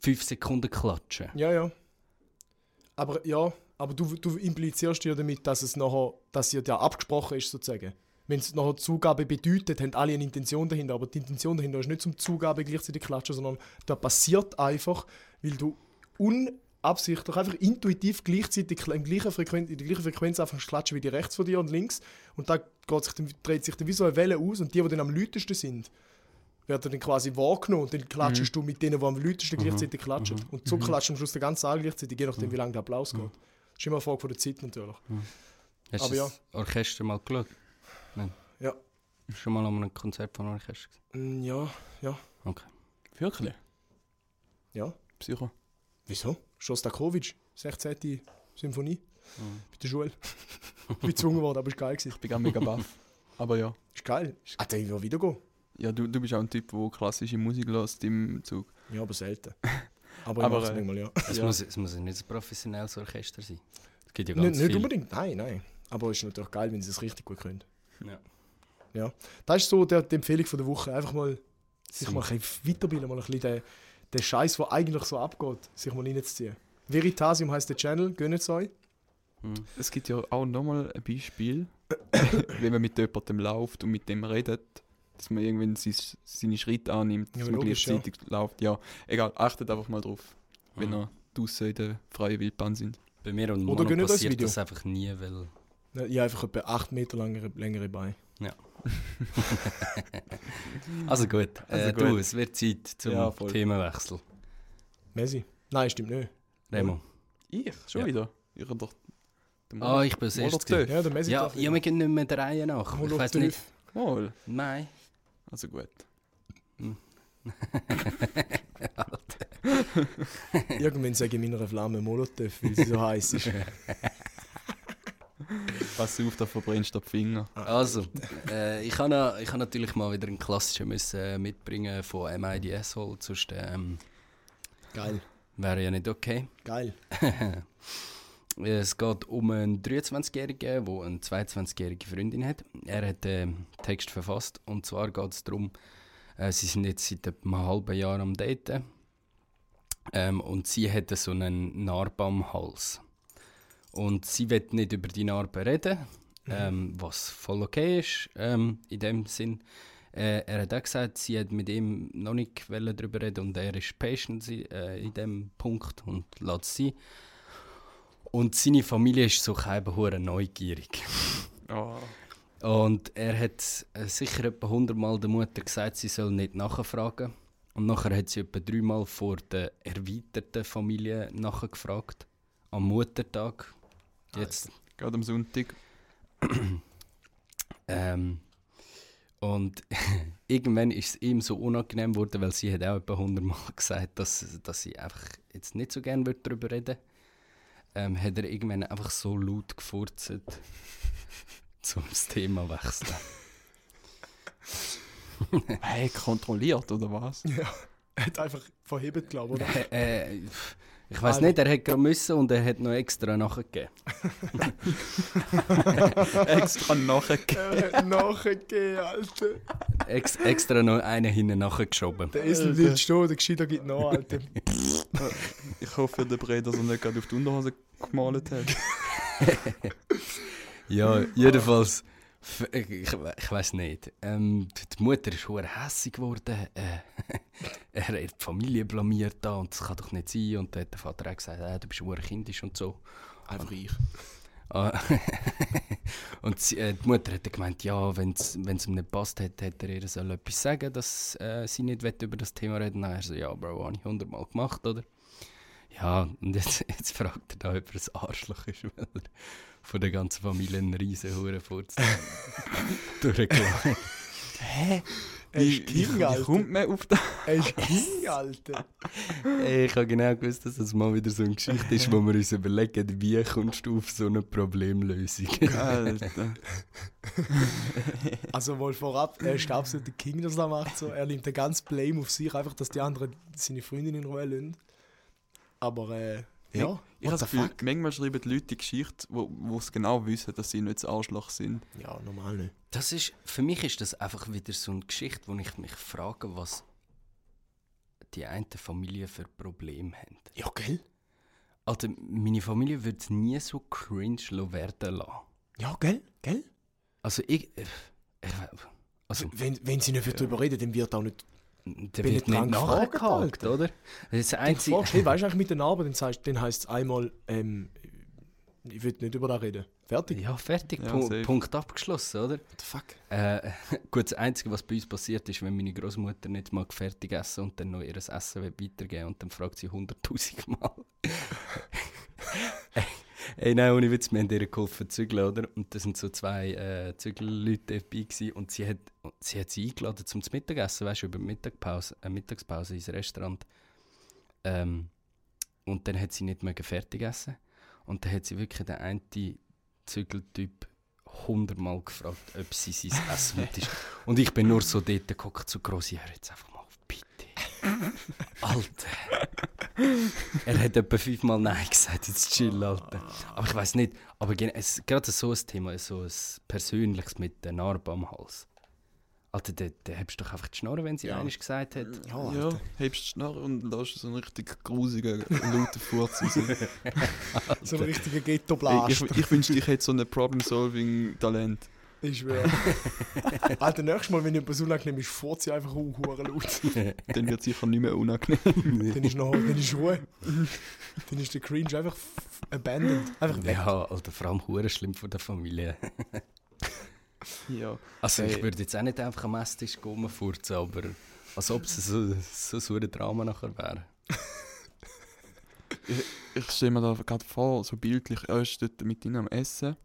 D: fünf Sekunden klatschen.
A: Ja, ja. Aber ja, aber du, du implizierst ja damit, dass es nachher, dass ihr ja abgesprochen ist sozusagen. Wenn es nachher Zugabe bedeutet, haben alle eine Intention dahinter, aber die Intention dahinter ist nicht zum Zugabe gleichzeitig klatschen, sondern da passiert einfach, weil du unabsichtlich, einfach intuitiv gleichzeitig in, gleicher Frequenz, in der gleichen Frequenz einfach klatschen wie die rechts von dir und links und da geht sich dann, dreht sich dann wie so eine Welle aus und die, die dann am lautesten sind, werden dann quasi wahrgenommen und dann klatschest du mit denen, die am lautesten gleichzeitig klatschen. Und so klatscht am Schluss der ganze Saal gleichzeitig, je nachdem, wie lange der Applaus geht. Das ist immer eine Frage von der Zeit natürlich.
D: Hast
A: Aber
D: du das Orchester mal geschaut? Nein.
A: Ja.
D: Hast du schon mal an einem Konzert von einem Orchester gesehen?
A: Mm, Ja, ja,
D: Okay.
B: Wirklich?
A: ja.
B: Psycho.
A: Wieso? Schostakowitsch, 16. Symphonie. Bei der Schule. ich bin gezwungen worden, aber es war geil. Gewesen.
B: Ich bin auch mega baff. Aber ja.
A: Ist geil. Ah, dann will ich wieder gehen.
B: Ja, du, du bist auch ein Typ, der klassische Musik lässt im Zug.
A: Ja, aber selten. Aber ich
B: Aber,
A: mach's
B: äh,
A: manchmal, ja.
D: Es, muss, es muss nicht ein professionelles Orchester sein. Es gibt ja ganz
A: Nicht, nicht
D: viel.
A: unbedingt, nein, nein. Aber es ist natürlich geil, wenn sie es richtig gut können.
D: Ja.
A: Ja. Das ist so der, die Empfehlung von der Woche. Einfach mal sich
D: So.
A: mal ein bisschen weiterbilden, mal ein bisschen den, den Scheiß, der eigentlich so abgeht, sich mal reinzuziehen. Veritasium heisst der Channel, gönnt es euch.
D: Hm.
B: Es gibt ja auch nochmal ein Beispiel, wenn man mit jemandem läuft und mit dem redet, dass man irgendwann sein, seine Schritte annimmt,
A: Ja,
B: dass man
A: logisch,
B: gleichzeitig läuft. Ja, egal, achtet einfach mal drauf, wenn ihr draußen in der freien Wildbahn sind.
D: Bei mir und
A: Oder
D: Mono
A: gönnt euch das
D: passiert
A: Video.
D: das einfach nie, weil
A: Ja, einfach etwa 8 Meter längere, längere Beine.
D: Also gut,
B: Also
D: äh, du,
B: gut.
D: es wird Zeit zum
B: Ja, voll.
D: Themenwechsel.
A: Messi? Nein, stimmt nicht.
D: Remo.
B: Ich? Schon
D: Ja.
B: wieder? Ich hab doch... den
D: Ah,
B: Monat-
D: ich bin das
B: Monat
D: Erste.
B: dürfen.
A: Ja, der Messi
D: Ja,
A: darf
D: ja, wir gehen nicht mehr der Reihe nach.
A: Mal
D: Ich
A: auf
D: weiß
A: die
D: nicht.
B: Mal.
D: Nein.
B: Also gut.
A: nicht. Irgendwann sage ich meiner Flamme Molotov, weil sie so heiß ist.
B: Pass auf, da verbrennst du die Finger.
A: Ah.
D: Also, äh, ich habe noch- ich habe natürlich mal wieder einen klassischen müssen, äh, mitbringen von MIDS Hall, sonst ähm,
A: Geil,
D: wäre ja nicht okay.
A: geil.
D: Es geht um einen 23-Jährigen, der eine 22-jährige Freundin hat. Er hat ähm, einen Text verfasst und zwar geht es darum, äh, sie sind jetzt seit etwa einem halben Jahr am Daten ähm, und sie hat so einen Narbe am Hals. Und sie wird nicht über die Narbe reden, ähm, was voll okay ist ähm, in dem Sinn. Äh, er hat auch gesagt, sie hat mit ihm noch nicht wollen darüber reden und er ist patient äh, in dem Punkt und lässt sie. Und seine Familie ist so keine hure neugierig.
B: Oh.
D: Und er hat äh, sicher etwa 100 Mal der Mutter gesagt, sie soll nicht nachfragen. Und nachher hat sie etwa dreimal vor der erweiterten Familie nachgefragt. Am Muttertag. Jetzt.
B: Gerade am Sonntag.
D: Ähm, und irgendwann ist es ihm so unangenehm geworden, weil sie hat auch etwa 100 Mal gesagt, dass, dass sie einfach jetzt nicht so gerne wird darüber reden ähm, hat er irgendwann einfach so laut gefurzt, zum das Thema wechseln.
B: Hey, kontrolliert, oder was?
A: Er hat einfach verhebt, glaube ich, oder?
D: äh, äh, pff, ich weiß nicht, er hätte gerade müssen und er hat noch extra nachgegeben.
B: Extra nachgegeben.
A: Er hat nachgegeben, Äh, Alter.
D: Ex extra noch einen hinten nachgeschoben.
A: Der Esel bleibt stehen, der Gescheiter gibt nach, Alter.
B: Ich hoffe, der Brei, dass er nicht gerade auf die Unterhose gemalt hat.
D: Ja, jedenfalls. f- Ich, we- ich weiß nicht. Ähm, die die Mutter ist hure hässig geworden. Äh, er hat die Familie blamiert da und das kann doch nicht sein. Und dann hat der Vater auch gesagt, äh, du bist hure kindisch und so.
A: Einfach ich.
D: Ah, und sie, äh, die Mutter hat dann gemeint, ja, wenn es ihm nicht passt hat, hätte er ihr soll etwas sagen, dass äh, sie nicht will über das Thema reden will. Er so, ja, Bro, habe ich hundertmal gemacht, oder? Ja, und jetzt, jetzt fragt er da, ob er ein Arschloch ist, weil er von der ganzen Familie einen riesen Hurenfurz durchgelassen hat.
A: Er ist King,
B: wie
A: Alter.
B: kommt man auf das?
A: Er ist King, Alter.
D: Ey, Ich habe genau gewusst, dass das mal wieder so eine Geschichte ist, wo wir uns überlegen, wie kommst du auf so eine Problemlösung?
B: Alter.
A: Also wohl vorab, er ist der absolute King, dass er macht so. Er nimmt den ganzen Blame auf sich, einfach, dass die anderen seine Freundin in Ruhe lassen. Aber äh, ja,
B: Ich
A: what
B: habe das
A: the
B: Gefühl,
A: fuck?
B: manchmal schreiben die Leute die Geschichte, wo, wo sie genau wissen, dass sie nicht das Arschloch sind.
A: Ja, normal nicht.
D: Das ist, für mich ist das einfach wieder so eine Geschichte, wo ich mich frage, was die einen Familien für Probleme haben.
A: Ja, gell?
D: Also, meine Familie würde nie so cringe lo werden lassen.
A: Ja, gell? Gell?
D: Also, ich. äh, ich also,
A: Wenn, wenn sie nicht darüber reden, dann wird auch nicht...
D: der
A: bin
D: wird
A: ich dran
D: nicht nachgehakt,
A: gefragt,
D: oder? Das
A: Wenn
D: einzige.
A: du fragst, hey, weißt du eigentlich mit den Narben, dann, sagst- dann heisst es einmal, ähm, ich will nicht über das reden. Fertig.
D: Ja, fertig,
B: Ja,
D: Pu-
B: safe.
D: Punkt abgeschlossen, oder?
A: What the fuck?
D: Äh, gut, das Einzige, was bei uns passiert ist, wenn meine Großmutter nicht mal fertig essen und dann noch ihr Essen will weitergeben und dann fragt sie hunderttausend Mal. Ey, nein, ohne Witz, wir haben ihr geholfen zu zügeln, oder? Und da sind so zwei äh, Zügelleute dabei gewesen und sie hat, und sie hat sie eingeladen zum Mittagessen, weißt du, über die Mittagpause, äh, Mittagspause ins Restaurant. Ähm, und dann hat sie nicht mehr fertig essen. Und dann hat sie wirklich den einen Zügeltyp hundertmal gefragt, ob sie sein Essen mit ist. Und ich bin nur so dort geguckt, so gross, hör jetzt einfach mal auf, bitte. Alter. Er hat etwa fünfmal Nein gesagt, jetzt chill, Alter. Aber ich weiß nicht, aber gen- es, gerade so ein Thema, so ein persönliches mit der Narbe am Hals. Alter, da, da hast du doch einfach die Schnurren, wenn sie ja. eines gesagt hat.
B: ja, hebst die Schnarre und lässt so einen richtig grusigen, lauten Furz raus.
A: So ein richtiger ghetto
B: Ey,
A: blast
B: ich, ich wünschte, ich hätte so ein Problem-Solving-Talent.
A: Ich schwöre. Alter, nächstes Mal, wenn jemand so lange nimmt, ist Furzi einfach auch hure laut.
B: Dann wird sicher nicht mehr unangenehm.
A: Dann ist noch, dann ist Ruhe. Dann ist der Cringe einfach f- abandoned. Einfach weg.
D: Ja, Alter, vor allem hure schlimm von der Familie.
B: Ja.
D: Also ich
B: Ey.
D: würde jetzt auch nicht einfach am Esstisch kommen furzen, aber als ob es so, so, so ein Drama nachher wäre.
B: Ich stelle mir da gerade vor, so bildlich, er ist dort mit ihnen am Essen,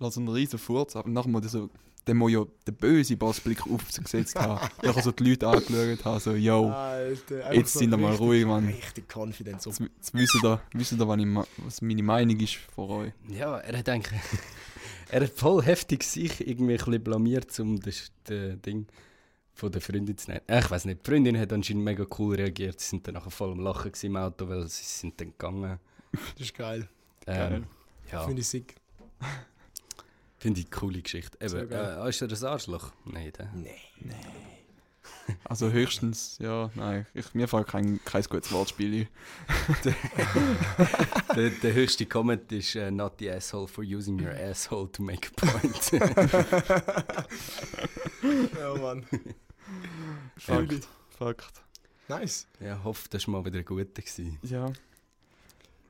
B: lässt so einen riesen Furz ab und nachher muss er so, dann muss ja der böse Bassblick aufgesetzt haben. nachher so die Leute angeschaut haben, so, yo,
A: Alter, einfach
B: Oh. jetzt
A: so
B: sind wir mal
A: richtig-
B: ruhig, Mann.
A: Richtig confident. So.
B: Jetzt, jetzt wissen da, wissen da was, ich, ma- was meine Meinung ist von euch.
D: Ja, er hat eigentlich... er hat voll heftig sich irgendwie ein bisschen blamiert, um das, das Ding von der Freundin zu nehmen. Äh, Ich weiß nicht, die Freundin hat anscheinend mega cool reagiert. Sie sind dann nachher voll am Lachen gewesen im Auto, weil sie sind dann gegangen.
A: Das ist geil.
B: Geil.
D: Ähm, ja, finde
A: Finde ich sick.
D: ich, eine coole Geschichte.
A: Sehr
D: Eben, äh,
A: geil.
D: ah, ist er ein Arschloch? Nein, der.
B: Also höchstens, ja, nein, ich, mir fällt kein, kein gutes Wortspiel ein.
D: der, der höchste Comment ist äh, «Not the asshole for using your asshole to make a point».
A: Ja, Mann.
D: Fuck.
A: Fühl ich.
B: Fakt.
A: Nice.
D: ja, hoffe, das war mal wieder ein guter. gewesen.
B: Ja.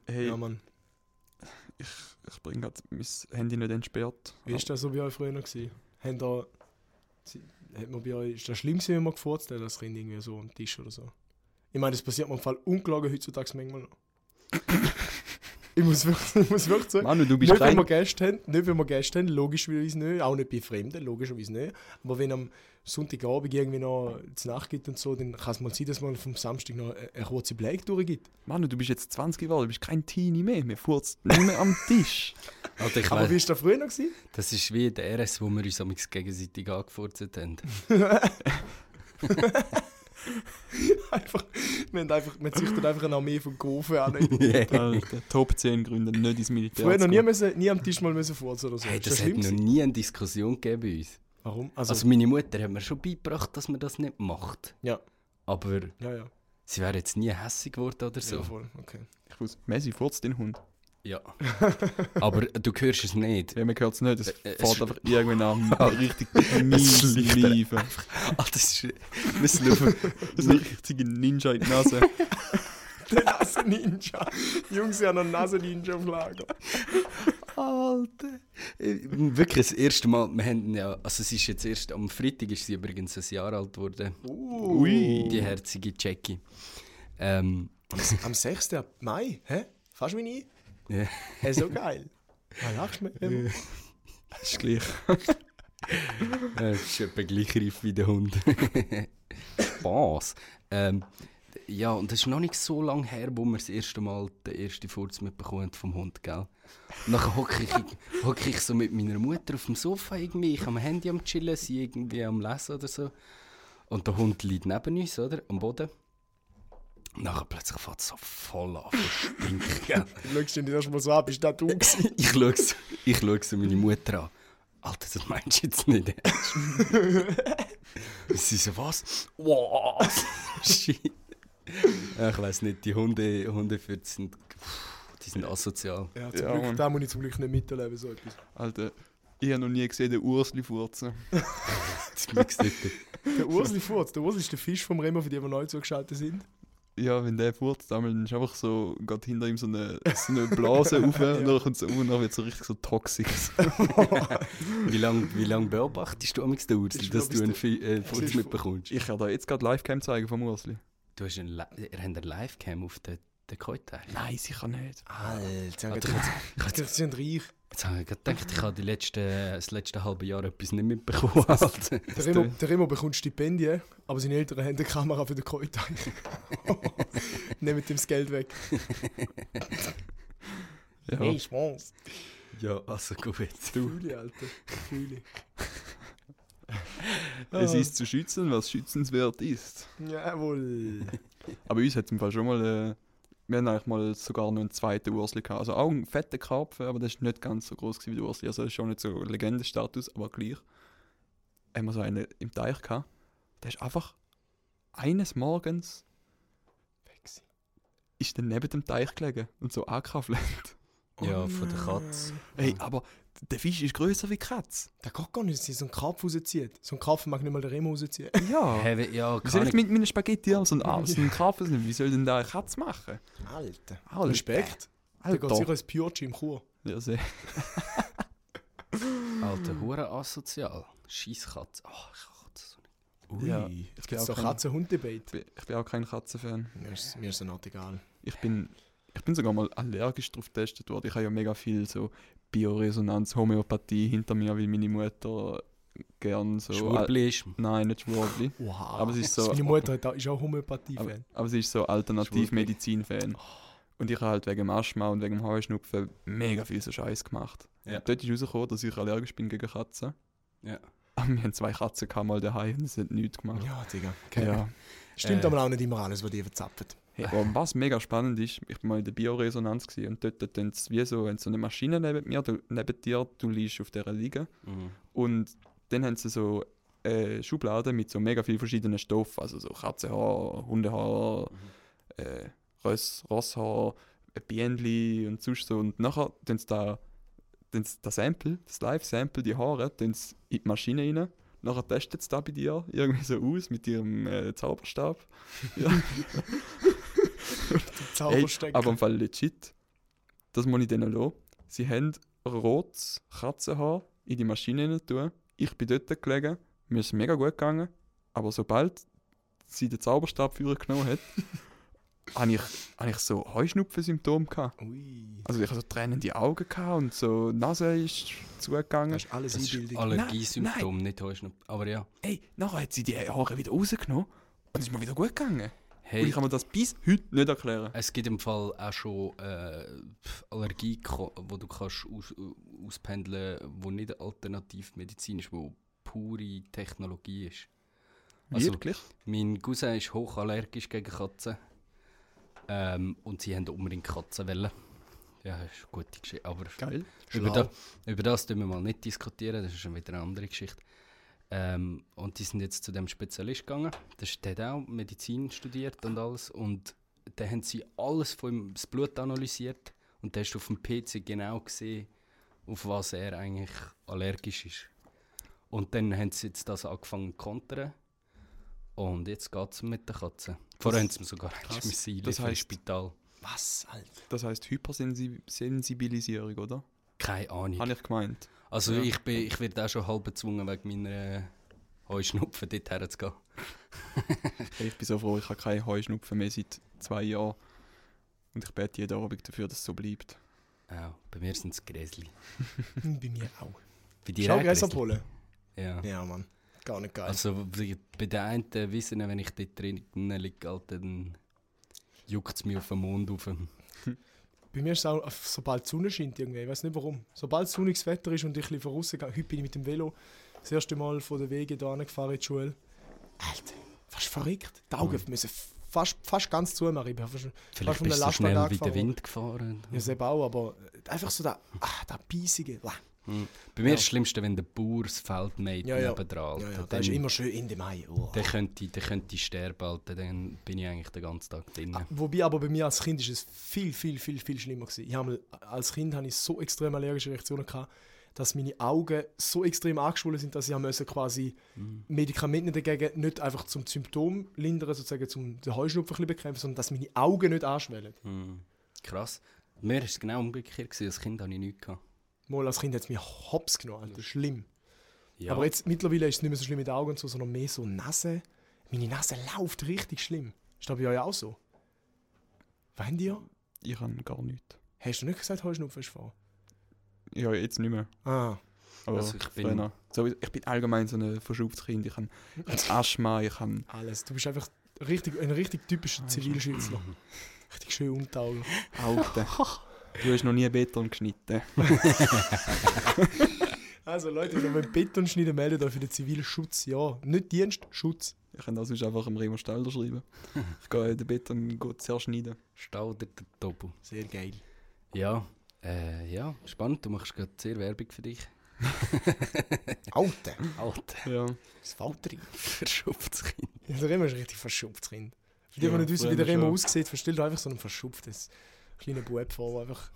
B: Hey,
A: Ja, Mann.
B: ich bringe gerade mein Handy nicht entsperrt. Ah.
A: Wie war das so bei euch früher? Gewesen? Haben da, Sie- hat man bei euch, ist das schlimm, gewesen, wenn man gefurzt hat, das Kind irgendwie so am Tisch oder so? Ich meine, das passiert mir im Fall ungelogen heutzutage manchmal noch. ich, muss wirklich, ich muss wirklich sagen,
B: Manu, du bist
A: nicht wenn,
B: kein...
A: wir Gäste haben, nicht wenn wir Gäste haben, logischerweise nicht, auch nicht bei Fremden, logischerweise nicht. Aber wenn am Sonntagabend irgendwie noch zu Nacht gibt und so, dann kann es mal sein, dass man vom Samstag noch e-, eine eine kurze Blake gibt.
B: Manu, du bist jetzt 20 geworden, du bist kein Teenie mehr. Wir furzt nicht mehr am Tisch.
D: Alter, ich
A: Aber
D: weiss,
A: wie war das früher noch? Gewesen?
D: das ist wie der RS, wo wir uns amigs gegenseitig angefurzt haben.
A: Einfach, man, einfach, man züchtet einfach eine Armee von Gofen an.
B: Alter, Top 10 Gründe, nicht ins Militär
A: Früher
B: zu
A: noch nie,
B: gehen.
A: müssen, nie am Tisch mal müssen furzen oder so.
D: Hey,
A: Also, Ist das
D: das hat
A: schlimm
D: noch
A: gewesen?
D: nie eine Diskussion gegeben bei uns.
A: Warum?
D: Also,
A: Also,
D: meine Mutter hat mir schon beigebracht, dass man das nicht macht.
A: Ja.
D: Aber
A: ja, ja.
D: sie wäre jetzt nie hässig geworden oder so.
A: Ja, voll. Okay.
B: Ich wusste, Messi furzt den Hund.
D: Ja. Aber du hörst es nicht.
B: Ja, man hört es nicht, es
D: Äh, äh,
B: fährt
D: es-
B: einfach irgendwann an. richtig mies
D: Es liegt er
B: Liefen.
D: Ah, das ist... Wir sind auf
B: Das ist ein richtiger Ninja in die Nase.
A: Der Nasen-Ninja. Jungs, ich habe noch einen Nasen-Ninja auf Lager.
D: Alter. Äh, Wirklich das erste Mal, wir haben ja, also es ist jetzt erst am Freitag ist sie übrigens ein Jahr alt geworden,
B: Ui.
D: die herzige Jackie. Ähm,
A: Am 6. Mai? Hä? Fast wie nie?
D: ja.
A: Hey, so geil. Ah, lachst du mir immer?
B: Das ist gleich.
D: Äh, ist etwa gleich reif wie der Hund. Spaß. Ähm, ja, und das ist noch nicht so lange her, wo wir das erste Mal den ersten Furz mitbekommen haben vom Hund, gell? Und dann hocke ich, hock ich so mit meiner Mutter auf dem Sofa irgendwie, ich am Handy am chillen, sie irgendwie am lesen oder so. Und der Hund liegt neben uns, oder? Am Boden. Und nachher plötzlich fängt es so voll an zu stinken, gell?
A: Du schaust ihn erst mal so ab, ist das du gewesen?
D: Ich schaue so, ich schaue so meine Mutter an. Alter, das meinst du jetzt nicht ernst? Sie so, was? Was? Shit. Ja, ich weiss nicht, die Hunde, Hundefürze sind, pff, die sind asozial.
A: Ja, zum
B: Ja,
A: Glück,
B: Mann.
A: da muss ich zum Glück nicht miterleben, so etwas.
B: Alter, ich habe noch nie gesehen, den Ursli furzen.
D: Das mixt nicht.
A: Der Ursli Furz, der Ursli ist der Fisch vom Remo, für die wir neu zugeschaltet sind.
B: Ja, wenn der furzt, dann ist einfach so, geht hinter ihm so eine, so eine Blase rauf und dann kommt so um und dann wird so richtig so toxisch.
D: Wie lange wie lang beobachtest du am liebsten den Ursel,
A: Ich
D: dass
A: glaub, ist
D: du einen
A: der-
D: Fi- äh, Furz
A: ist-
D: mitbekommst?
B: Ich kann da jetzt gerade Livecam zeigen vom Ursli.
D: Du hast einen, Li- ihr habt eine Livecam auf den Der Keuter.
B: Nein, sicher nicht.
A: Alter,
D: Ah,
A: sie haben gedacht, sie sind reich.
D: Jetzt habe ich gerade gedacht, ich habe die letzten, das letzte halbe Jahr etwas nicht mitbekommen. Alter.
A: Der Remo, der Remo bekommt Stipendien, aber seine Eltern haben eine Kamera für den Keuter. Nehmen ihm das Geld weg.
B: Ja.
A: ich weiß.
D: Ja, also gut.
A: Fühle, Alter. Fühle.
B: Es ist zu schützen, was schützenswert ist.
A: Ah, Jawohl.
B: Aber uns hat im Fall schon mal. Äh, wir hatten eigentlich mal sogar noch einen zweiten Ursli gehabt. Also auch einen fetten Karpfen, aber der ist nicht ganz so groß gewesen wie der Ursli. Also das ist schon nicht so Legendenstatus, aber gleich. Haben wir so einen im Teich gehabt. Der ist einfach eines Morgens ist dann neben dem Teich gelegen und so angekaffelt.
D: Ja, von der Katze.
B: Hey, aber der Fisch ist größer wie die Katze.
A: Der geht gar nicht, dass sie so einen Karpfen rauszieht. So einen Karpfen mag nicht mal der Remo rausziehen.
B: Ja.
D: Hey, we- ja,
B: Wie soll
D: kann
B: ich
D: ich.
B: mit meinen Spaghetti aus und aus und Karpfen? Wie soll denn da eine Katze machen?
A: Alter.
B: Alter.
A: Respekt. Der geht sicher
B: Alter.
A: als Pure im Chur.
B: Ja, sehr.
D: Alter, hure asozial. Scheiß Katze. Ach, ich hasse so nicht.
B: Ja,
A: ich
B: ich bin auch
A: so
B: kein-
A: Katzen-Hund-Debate.
B: Ich bin- Ich bin auch kein Katzenfan.
A: Mir ist mir ist es egal.
B: Ich bin, ich bin sogar mal allergisch drauf getestet worden. Ich habe ja mega viel so Bioresonanz, Homöopathie hinter mir, weil meine Mutter gern so.
D: Schwurbli ist.
B: Al- Nein, nicht Schwurbli.
A: Wow.
B: Aber es ist so-
A: Meine Mutter hat auch- ist auch
B: Aber,
A: Homöopathie-Fan.
B: aber sie ist so Alternativmedizin-Fan.
D: Oh.
B: Und ich habe halt wegen dem Asthma und wegen dem Heuschnupfen mega viel so Scheiß gemacht.
D: Ja.
B: Dort ist rausgekommen, dass ich allergisch bin gegen Katzen.
D: Ja.
B: Aber wir haben zwei Katzen gehabt, mal daheim und sie haben nichts gemacht.
A: Ja, Digga.
B: Ja.
A: Stimmt
D: Äh.
A: aber auch nicht immer alles, was die verzapfen.
B: Hey, aber was mega spannend ist, ich war mal in der Bioresonanz gewesen und dort tun sie wie so, wenn so eine Maschine neben, mir, du, neben dir, du liegst auf dieser Liege
D: Mhm.
B: und dann haben sie so äh, Schubladen mit so mega vielen verschiedenen Stoffen, also so Katzenhaar, Hundehaar, äh, Ross, Rosshaar, äh, Bienenli und sonst so und nachher tun sie da tun sie das Sample, das Live-Sample, die Haare, tun sie in die Maschine rein, nachher testen sie das bei dir irgendwie so aus mit ihrem äh, Zauberstab Ey,
A: Zauberstecker.
B: aber im Fall legit, das muss ich denen lassen. Sie haben rotes Katzenhaar in die Maschine hinein tun. Ich bin dort gelegen, mir ist mega gut gegangen, aber sobald sie den Zauberstab für mich genommen hat, habe ich, habe ich so Heuschnupfensymptome gehabt.
A: Ui.
B: Also ich hatte so tränende Augen gehabt und so die Nase ist zugegangen.
A: Das ist alles
D: Das ist
A: Einbildung.
D: Allergiesymptom, nicht Heuschnupfen. Aber ja.
B: Ey, nachher hat sie die Haare wieder rausgenommen und es ist mir wieder gut gegangen. Und
D: Hey,
B: ich kann mir das bis heute nicht erklären.
D: es gibt im Fall auch schon äh, pf, Allergie, ko- wo du kannst aus, äh, auspendeln, wo nicht Alternativmedizin ist, wo pure Technologie ist. Also-
B: Wirklich?
D: Mein Cousin ist hochallergisch gegen Katzen. Ähm, und sie haben unbedingt Katzen wollen. Ja, das ist eine gute Geschichte. Aber
B: Geil.
D: über,
A: Schlau.
D: da, über das tun wir mal nicht diskutieren, das ist schon wieder eine andere Geschichte. Ähm, und die sind jetzt zu dem Spezialist gegangen. Der ist- der hat auch Medizin studiert und alles. Und da haben sie alles von ihm, das Blut analysiert. Und da hast du auf dem PC genau gesehen, auf was er eigentlich allergisch ist. Und dann haben sie jetzt das angefangen zu kontern. Und jetzt geht es mit der Katze. Vorher haben sie mir sogar
B: krass.
D: ein Missil
B: Das
D: für ein
B: heisst-
D: Spital.
A: Was, Alter?
B: Das heißt Hypersensibilisierung, oder?
D: Keine Ahnung.
B: Habe ich gemeint.
D: Also
B: Ja.
D: ich, bin, ich werde auch schon halb gezwungen, wegen meiner äh, Heuschnupfen dort herzugehen.
B: Hey, ich bin so froh, ich habe keinen Heuschnupfen mehr seit zwei Jahren. Und ich bete jeden Abend dafür, dass es so bleibt.
D: Auch, Äh, bei mir sind es Gräsli.
A: Hm, Bei mir auch.
D: Bei dir
A: Schau,
D: auch
A: Gräser
D: Gräsli?
A: abholen.
D: Ja.
A: Ja, Mann. Gar nicht geil.
D: Also bei bei den einen wissen, wenn ich dort drinnen liege, Alter, dann juckt es mich auf den Mond auf.
A: Bei mir ist es auch, äh, sobald die Sonne scheint, irgendwie. ich weiß nicht warum. Sobald sonniges Wetter ist und ich ein bisschen vorausgehe, heute bin ich mit dem Velo das erste Mal von der Wege hier angefahren in die Schule. Alter, fast verrückt. Die Augen müssen fast, fast ganz zumachen. Ich bin fast, fast
D: Vielleicht bist du so
A: Lastwagen
D: schnell wie
A: angefahren
D: der
A: worden.
D: Wind gefahren.
A: Ja, selber auch, aber einfach so der, ah, der Beissige. Wah.
D: Bei mir ist das Schlimmste, wenn der Bauer das Feld mäht
A: Ja, ja.
D: nebendran.
A: Ja, ja,
D: Alter.
A: der ist
D: Dann-
A: immer schön in dem Mai. Oh.
D: Dann könnte, ich- dann könnte ich sterben, Alter. Dann bin ich eigentlich den ganzen Tag drin.
A: Wobei aber bei mir als Kind ist es viel, viel, viel, viel schlimmer gewesen. Ich habe mal, als Kind hatte ich so extrem allergische Reaktionen gehabt, dass meine Augen so extrem angeschwollen sind, dass ich haben müssen quasi Medikamente dagegen nicht einfach zum Symptom lindern, sozusagen zum den Heuschnupfen ein bisschen bekämpfen, sondern dass meine Augen nicht anschwellen.
D: Hm. Krass. Mir war es genau umgekehrt. gewesen. Als Kind hatte ich nichts. gehabt.
A: Mal als Kind hat es mich hops genommen, Alter, schlimm.
D: Ja.
A: Aber jetzt mittlerweile ist es nicht mehr so schlimm mit den Augen und so, sondern mehr so Nase. Meine Nase läuft richtig schlimm. Ist das bei euch auch so? Wann dir?
B: Ich habe gar nichts.
A: Hast du nicht gesagt, Heuschnupfen ist vor?
B: Ja, jetzt nicht mehr.
A: Ah,
B: Aber
D: Also ich bin-
B: früher. so, ich Oh, bin allgemein so ein verschubtes Kind. Ich habe Asthma, ich habe
A: alles. Du bist einfach richtig, ein richtig
B: Ah,
A: typischer Zivilschützler. Richtig schön untaugen.
B: Alten. du hast noch nie Beton geschnitten.
A: Also Leute, wenn ihr Beton schneiden, meldet euch für den zivilen Schutz. Ja, nicht Dienst, Schutz.
B: Ich kann das sonst einfach im Remo Stalder schreiben. Ich gehe den Beton gut zerschneiden.
D: Stauder der Topo.
A: Sehr geil.
D: Ja, äh, ja, spannend. Du machst gerade sehr Werbung für dich.
A: Alter,
D: Alter,
B: Ja.
A: das fällt rein.
D: verschupftes Kind.
A: Ja, der Remo ist ein richtig verschupftes Kind. Für die, die
B: Ja,
A: nicht wissen, wie
B: früher
A: der Remo
B: schon.
A: aussieht, verstellt euch einfach so einen verschupftes kleinen Bub vor, der einfach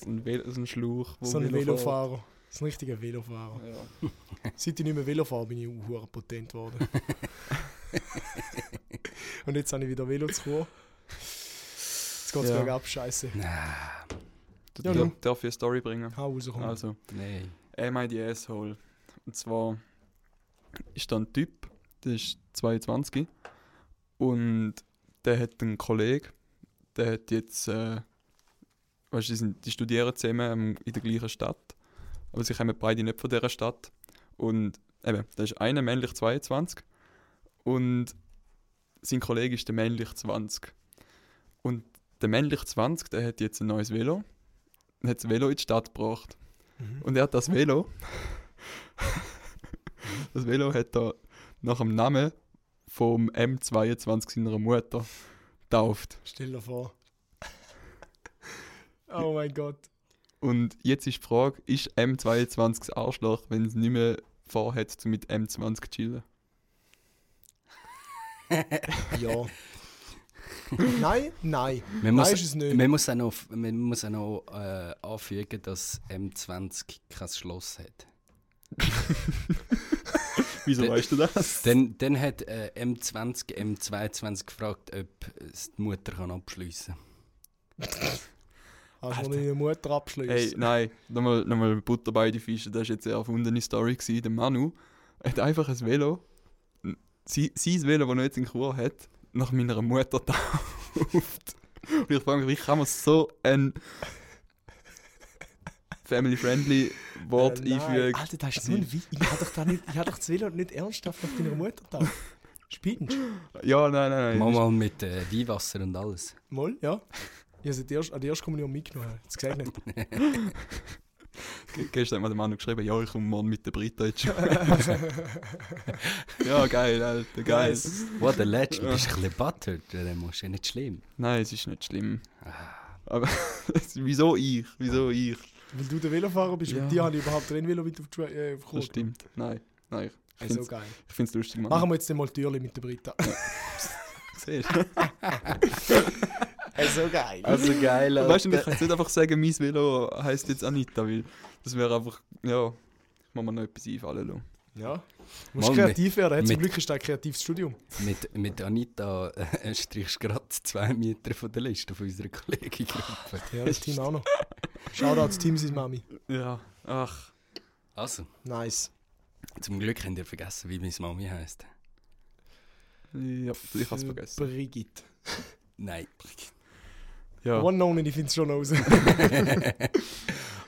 B: So ein, Vel so ein Schlauch. wo
A: so ein
B: Velo fahren.
A: Velofahrer. So ein richtiger Velofahrer.
B: Ja.
A: Seit ich nicht mehr Velo fahre, bin ich unhure potent geworden. Und jetzt habe ich wieder Velo zu Kur. Jetzt geht es
B: Ja.
A: bergab, scheiße.
B: Du
A: Ja,
B: ja,
A: du.
B: darf ich eine Story bringen.
A: Hau raus, komm.
B: Also,
D: Nein.
B: am I the Asshole. Und zwar ist da ein Typ, der ist 22 und der hat einen Kollegen, der hat jetzt, äh, weißt du, die, sind, die studieren zusammen ähm, in der gleichen Stadt, aber sie kommen beide nicht von dieser Stadt. Und eben, da ist einer männlich 22 und sein Kollege ist der männlich 20. Und der männlich 20, der hat jetzt ein neues Velo, und hat das Velo in die Stadt gebracht.
A: Mhm.
B: Und er hat das Velo. das Velo hat er nach dem Namen vom M22 seiner Mutter getauft.
A: Stell dir vor. Oh mein Gott.
B: Und jetzt ist die Frage, ist M22 das Arschloch, wenn es nicht mehr vorhat, zu mit M20 zu chillen?
A: Ja. nein, nein.
D: Man
A: Nein,
D: muss,
A: ist es nicht.
D: man muss auch noch, man muss auch noch äh, anfügen, dass M20 kein Schloss hat.
B: Wieso
D: Der-
B: weißt du das?
D: Dann, dann hat äh, M20 M22 gefragt, ob es die Mutter kann abschliessen kann.
A: Hast du deine Mutter abschließt.
B: Hey, nein, nochmal, nochmal Butter bei die Fische, das war jetzt eine erfundene Story. Gewesen. Der Manu hat einfach ein Velo, sein, sein Velo, das er jetzt in Kur hat, nach meiner Mutter getauft. Und ich frage mich, wie kann man so ein family-friendly Wort
A: Äh, nein.
B: einfügen?
A: Alter, das ist so ein Witz. Ich habe doch, da nicht- ich hab doch das Velo nicht ernsthaft nach deiner Mutter da. Spinnst du?
B: Ja, nein, nein, nein.
D: Mach mal mit äh, Weihwasser und alles.
A: Moll, ja. Ich habe die erste, an die erste Kommunion mitgenommen. Jetzt gesagt nicht.
B: Ge- Gestern hat mir der Manu geschrieben, ja, ich komme morgen mit der Brita in die Schule. Ja, geil, Alter, geil.
D: What a legend. Du bist ein bisschen buttered, dann musst du nicht schlimm. Ah.
B: Nein, es ist nicht schlimm. Aber wieso ich? Wieso ich?
A: Weil du der Velofahrer bist
B: Ja.
A: und die habe ich überhaupt drin Velo mit auf die Schu- äh, auf Kur
B: Das stimmt. Nein, nein. Ich
A: Also
B: find's,
A: geil.
B: ich find's lustig, Mann.
A: Machen wir jetzt dann mal die Türli mit der Britta.
B: Siehst
A: Also geil.
D: Also geil,
B: du? Weißt du, ich kann jetzt nicht einfach sagen, mein Velo heisst jetzt Anita, weil das wäre einfach, ja, ich muss mir noch etwas einfallen lassen.
A: Ja. Du musst
D: Mann,
A: kreativ werden. Hat zum
D: mit-
A: Glück ist das ein kreatives Studium.
D: Mit, mit Anita äh, strichst du gerade zwei Meter von der Liste von unserer Kollegengruppe.
A: Ja, das Team auch noch. Shoutouts Team seine Mami.
B: Ja, ach.
D: Also,
A: Nice.
D: zum Glück habt ihr vergessen, wie meine Mami heisst.
B: Ja, ich hab's vergessen.
A: Brigitte.
D: Nein.
B: Ja,
A: One known, ich finde es schon raus.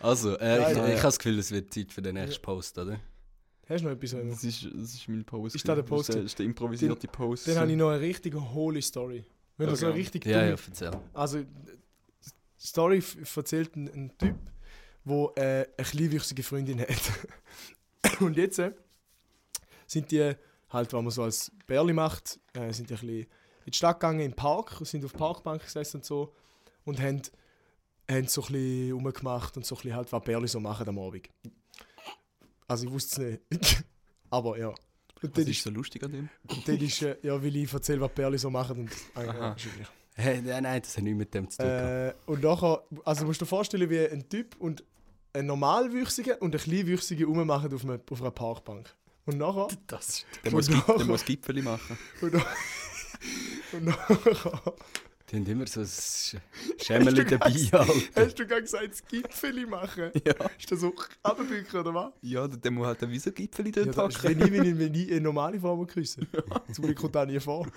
D: Also, äh, ich,
A: Nein.
D: ich habe das Gefühl, es wird Zeit für den nächsten Post, oder?
A: Hast du noch etwas? Remo?
B: das ist, das ist mein Post.
A: Ist das der
B: gewesen.
A: Post?
B: Das ist der, das ist der improvisierte Post.
A: Dann habe ich noch eine richtig hohle Story. Wenn du so eine
B: Okay.
A: richtig
D: Ja,
A: dumme-
D: ja, erzähl.
A: Also, die Story f- erzählt ein, ein Typ, der äh, eine kleinwüchsige Freundin hat. Und jetzt äh, sind die halt, wenn man so als Bärli macht, äh, sind die ein bisschen in die Stadt gegangen, im Park, sind auf die Parkbank gesessen und so und haben, haben so ein bisschen rumgemacht und so ein bisschen halt, was Bärli so machen am Abend. Also ich wusste es nicht. Aber ja. Und
B: Das
A: dann
B: ist
A: ist,
B: so lustig an dem.
A: und dann ist äh, ja, weil ich erzähle, was Bärli so machen und äh, ja,
B: Aha.
A: ist egal.
D: Hey, nein, nein, das hat nichts mit dem zu tun.
A: Äh,
D: gehabt.
A: und nachher, also musst du dir vorstellen, wie ein Typ und ein normalwüchsiger und ein kleinwüchsiger rummachen auf, einem- auf einer Parkbank. Und nachher,
D: Das ist
B: Der muss,
A: Genau.
B: Gip- der muss Gipfeli machen.
A: und, nach- und nachher,
D: Die haben immer so ein Sch- Schämmerli dabei. Alter.
A: hast du gerade gesagt, das Gipfeli machen? Ja. Ist das so runterbücken oder was?
B: Ja, der, der muss halt dann wie so Gipfeli dort
A: Ja, das ist,
B: packen.
A: wenn ich, wenn ich, wenn ich eine normale Form küsse. Zum Glück kommt das nie vor.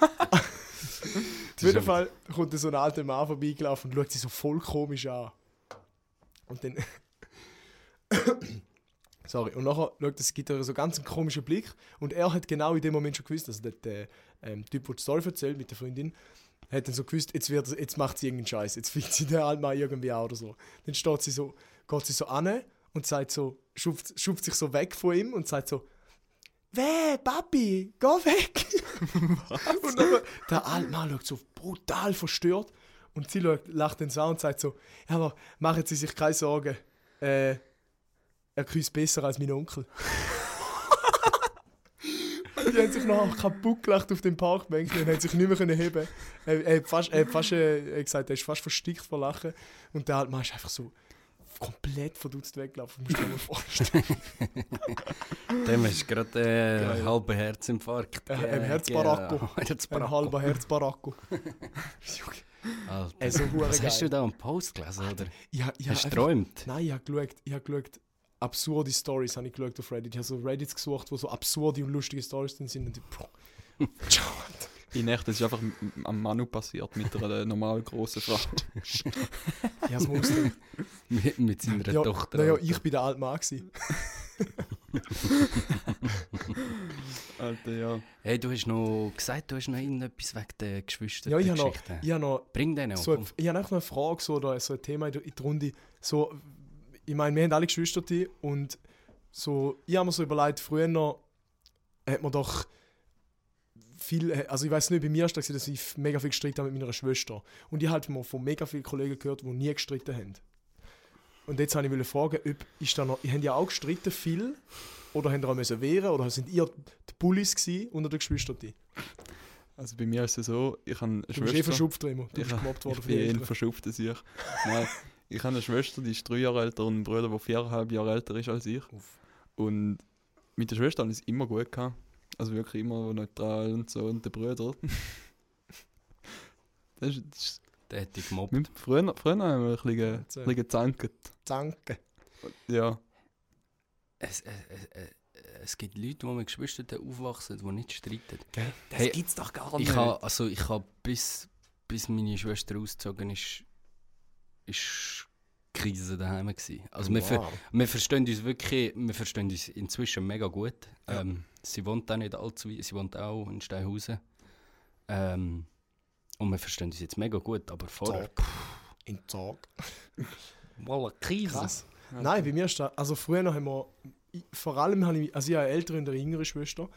A: Auf jeden Fall kommt dann so ein alter Mann vorbeigelaufen und schaut sie so voll komisch an. Und dann. Sorry. Und nachher schaut es gibt ihr so ganz einen komischen Blick. Und er hat genau in dem Moment schon gewusst, also der, der ähm, Typ, der die Story erzählt mit der Freundin, hat dann so gewusst, jetzt, wird, jetzt macht sie irgendeinen Scheiß, jetzt fickt sie den alten Mann irgendwie an oder so. Dann steht sie so, geht sie so an und sagt so, schupft, schupft sich so weg von ihm und sagt so, Weh, Papi, geh weg! Und dann, der alte Mann schaut so brutal verstört und sie schaut, lacht den Sound und sagt so: Ja, aber machen Sie sich keine Sorgen. Äh, er küsst besser als mein Onkel. und die haben sich nachher kaputt gelacht auf dem Parkbänkchen und haben sich nicht mehr können heben. Er, er hat fast, er hat fast äh, er hat gesagt, er ist fast verstickt vor Lachen. Und der alte Mann ist einfach so komplett verdutzt weggelaufen. Musst du dir mal vorstellen.
D: Dem hast du gerade äh,
A: Geil.
D: einen halben Herzinfarkt.
A: Äh,
D: äh,
A: ein Herzbaracko.
D: gegeben.
A: Ein
D: Herzbaracko.
A: halber Herzbaracko.
D: Alter.
A: Ey, so hure
D: Was hast
A: geil.
D: du da am Post gelesen, oder?
A: Ja, ja,
D: hast du geträumt?
A: Nein, ich habe geschaut, ich habe geschaut, absurde Stories habe ich geschaut auf Reddit. Ich habe so Reddits gesucht, wo so absurde und lustige Stories drin sind und ich, bro, ciao, Alter.
B: Ich dachte, das ist einfach m- m- am Manu passiert mit einer normal grossen Frau.
A: ich habe es
D: Mit, mit seiner
A: ja,
D: Tochter.
A: Naja,
D: Alter.
A: ich bin der alte Mann gewesen.
B: Alter, ja.
D: Hey, du hast noch gesagt, du hast noch irgendetwas wegen der Geschwister.
A: Ja, ich habe noch, ich habe noch
D: Bring den noch.
A: So,
D: komm.
A: ich habe einfach noch eine Frage so, oder so ein Thema in der, in der Runde. So, ich meine, wir haben alle Geschwister und so, ich habe mir so überlegt, früher noch hat man doch viel, also ich weiß nicht, bei mir ist das, dass ich mega viel gestritten habe mit meiner Schwester. Und ich habe halt mal von mega vielen Kollegen gehört, die nie gestritten haben. Und jetzt wollte ich fragen, ob ist da noch, haben ja auch gestritten viel oder haben ihr auch müssen wehren oder sind ihr die Bullies gewesen unter den Geschwistern? Du eh
B: Also bei mir ist es so, ich habe eine
A: bist eh
B: Schwester.
A: verschupft, Remo. Du
B: ich,
A: bist gemobbt worden
B: ich
A: von den
B: bin eh ein
A: Eltern.
B: verschupfter Sieg. Nein, ich habe eine Schwester, die ist drei Jahre älter und einen Bruder, der viereinhalb Jahre älter ist als ich.
A: Uff.
B: Und mit der Schwester habe ich es immer gut gehabt. Also wirklich immer neutral und so. Und der Bruder. das ist, das ist,
D: Der hat dich gemobbt.
B: mit, früher, früher haben wir ein bisschen, ge- ein bisschen gezankt.
A: Danke.
B: Ja.
D: Es, äh, äh, äh, es gibt Leute, die mit Geschwistern aufwachsen, die nicht streiten.
A: Das
D: Hey,
A: gibt's doch gar
D: Ich habe, also ich habe bis, bis meine Schwester ausgezogen ist, ist Krise daheim gewesen. Also wir, ver wir verstehen uns wirklich, wir verstehen uns inzwischen mega gut. Ähm, sie wohnt auch nicht allzu weit, sie wohnt auch in Steinhausen. Ähm, und wir verstehen uns jetzt mega gut, aber vorher,
A: Top. In Tag.
D: Walla, Krise.
A: Krass. Nein, bei mir ist das, also früher haben wir, ich- vor allem habe ich, also ich habe eine ältere und eine jüngere Schwester.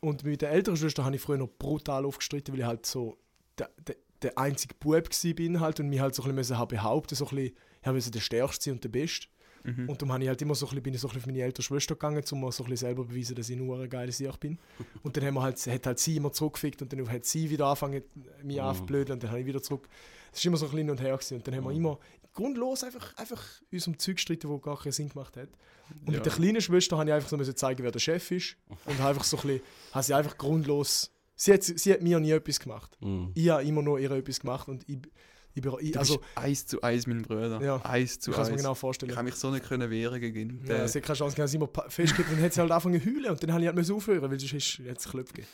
A: Und mit der älteren Schwester habe ich früher noch brutal aufgestritten, weil ich halt so der, der, der einzige Bub gsi bin halt und mich halt so ein bisschen müssen haben behaupten, so ein bisschen, ich musste der Stärkste sein und der Beste. Und darum habe ich halt immer so ein bisschen, bin ich so ein bisschen auf meine ältere Schwester gegangen, um mir so ein bisschen selber beweisen, dass ich nur ein geiles Ich bin. Und dann haben wir halt, hat halt sie immer zurückgefickt und dann hat sie wieder angefangen, mich aufzublödeln und dann habe ich wieder zurück. Es ist immer so ein bisschen hin und her gewesen. Und dann haben wir immer grundlos einfach, einfach uns um Zeug gestritten, wo gar keinen Sinn gemacht hat. Und mit der kleinen Schwester habe ich einfach so müssen zeigen, wer der Chef ist. Und habe einfach so ein bisschen, habe sie einfach grundlos, sie hat, sie hat mir nie etwas gemacht.
D: Mhm.
A: Ich habe immer nur ihr etwas gemacht und ich, ich, bin- ich
B: Du
A: also,
B: also, bist eins zu eins, mein Bruder.
A: Ja,
B: Eins zu
A: ich kann es
B: eins.
A: mir genau
B: ich
A: vorstellen.
B: kann mich so nicht können wehren gegen
A: Ja,
B: den.
A: sie hat keine Chance, gehabt, sie immer pa- festgehalten und dann hat sie halt angefangen zu heulen und dann habe ich halt müssen aufhören, weil sonst ist- hat es Klöpfe gegeben.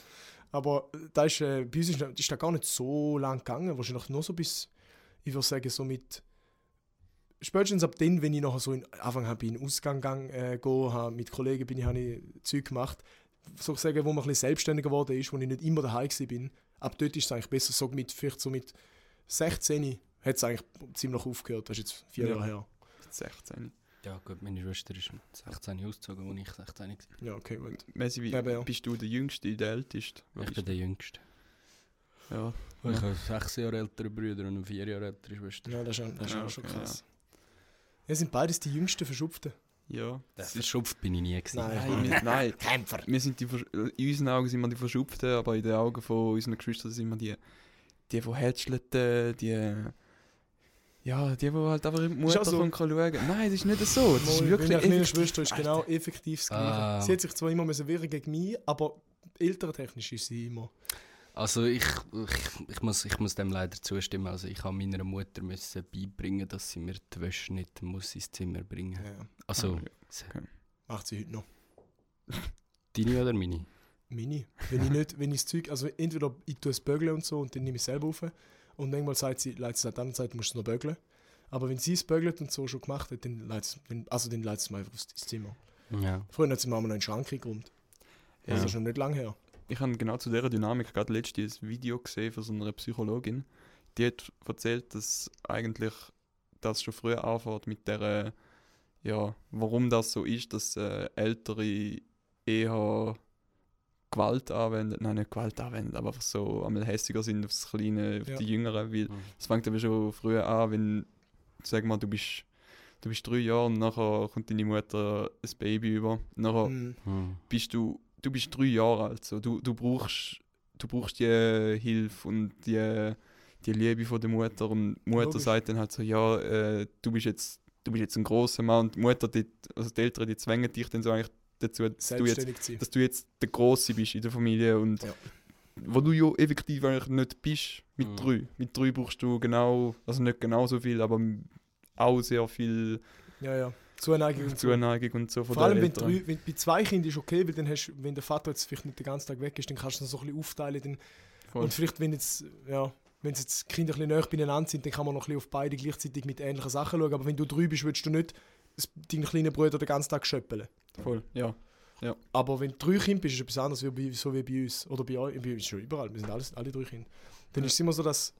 A: Aber äh, da ist, äh, bei uns ist, ist das gar nicht so lang gegangen, wahrscheinlich nur so bis, ich würde sagen, so mit, spätestens ab dann, wenn ich nachher so in, Anfang habe, in den Ausgang gegangen, äh, gehen, habe, mit Kollegen bin ich, habe ich Zeug gemacht, so sagen, wo man ein bisschen selbstständiger geworden ist, wo ich nicht immer daheim gewesen bin, ab dort ist es eigentlich besser, so mit, vielleicht so mit 16 hat es eigentlich ziemlich aufgehört, das ist jetzt vier
B: Ja.
A: Jahre her.
B: 16.
D: Ja gut, meine Schwester ist mit 16 ausgezogen, als ich 16 war.
A: Ja, okay, gut.
B: Messi, wie,
A: Eben, ja.
B: bist du der Jüngste, der Älteste? Wer
D: Ich
B: bist
D: bin der Jüngste.
B: du? Ja.
D: Ich habe sechs Jahre ältere Brüder und eine vier Jahre ältere Schwester.
A: Ja, das ist, auch- das ist
B: Ja,
A: auch schon
B: okay,
A: krass. Ja, sind beides die jüngsten Verschupften.
B: Ja.
D: Der
B: Das ist-
D: Verschupft bin ich nie gewesen.
B: Nein, wir, nein.
A: Kämpfer.
B: Wir sind die, Versch- äh, in unseren Augen sind wir die Verschupften, aber in den Augen von unseren Geschwistern sind wir die, die, die hätschelten, die. Ja, die, die halt einfach in die
A: Ist auch
B: Mutter
A: so.
B: so. können schauen. Nein, das ist nicht so. Das ist wirklich
A: Meine kleine
B: effektiv.
A: Schwester ist genau effektiv das Gleiche.
D: Ah.
A: Sie hat sich zwar immer müssen wehren gegen mich, aber elterntechnisch ist sie immer.
D: Also ich, ich, ich, muss, ich muss dem leider zustimmen. Also ich habe meiner Mutter müssen beibringen, dass sie mir die Wäsche nicht muss ins Zimmer bringen
A: Ja.
D: Also
B: Ah, ja.
D: se-
A: Macht sie heute noch.
D: deine oder meine?
A: Mini. Wenn ich nicht, wenn ich das Zeug, also entweder ich tue es bögeln und so und dann nehme ich es selber auf. Und manchmal sagt sie, leitet sie es an, dann sagt, du musst es noch bögeln. Aber wenn sie es bögelt und so schon gemacht hat, dann leitet sie, dann, also dann leitet sie es mir einfach aufs ins Zimmer.
D: Ja.
A: Vorhin hat sie mir einmal einen Schrank gegrund.
B: Ja.
A: Das ist schon nicht lange her.
B: Ich habe genau zu dieser Dynamik gerade letztes ein Video gesehen von so einer Psychologin. Die hat erzählt, dass eigentlich das schon früher anfängt mit der, ja, warum das so ist, dass äh, Ältere eher Gewalt anwenden, nein, nicht Gewalt anwenden, aber einfach so einmal hässiger sind aufs Kleine, auf
A: Ja.
B: die Jüngeren, weil
D: Mhm.
B: es fängt aber schon früher an, wenn, sag mal, du bist, du bist drei Jahre und nachher kommt deine Mutter ein Baby über, nachher
A: Mhm.
D: Hm.
B: bist du, du bist drei Jahre alt. So. Du, du, brauchst, du brauchst die Hilfe und die, die Liebe von der Mutter. Und die Mutter
A: Logisch.
B: sagt dann halt so, ja, äh, du bist jetzt, du bist jetzt ein großer Mann. Und die Mutter, die, also die Eltern, die zwängen dich dann so eigentlich dazu, dass du jetzt,
A: Selbstständig zu sein.
B: dass du jetzt der Große bist in der Familie und
A: Ja.
B: wo du ja effektiv eigentlich nicht bist mit
D: Mhm.
B: drei. Mit drei brauchst du genau, also nicht genau so viel, aber auch sehr viel
A: Ja, ja. Zuneigung und so.
B: Zuneigung und so von
A: Vor allem,
B: den
A: wenn,
B: Eltern.
A: drei, wenn bei zwei Kindern ist okay, weil dann hast, wenn der Vater jetzt vielleicht nicht den ganzen Tag weg ist, dann kannst du es so ein bisschen aufteilen. Dann,
B: Voll.
A: und vielleicht, wenn jetzt, ja, wenn jetzt die Kinder ein bisschen näher beieinander sind, dann kann man noch ein bisschen auf beide gleichzeitig mit ähnlichen Sachen schauen. Aber wenn du drei bist, willst du nicht das- deinen kleinen Bruder den ganzen Tag schöppeln.
B: Voll, ja.
A: Aber wenn du drei Kinder bist, ist es etwas anderes, wie bei, so wie bei uns. Oder bei euch, bei uns schon überall, wir sind alles, alle drei Kinder. Dann ist es immer so, dass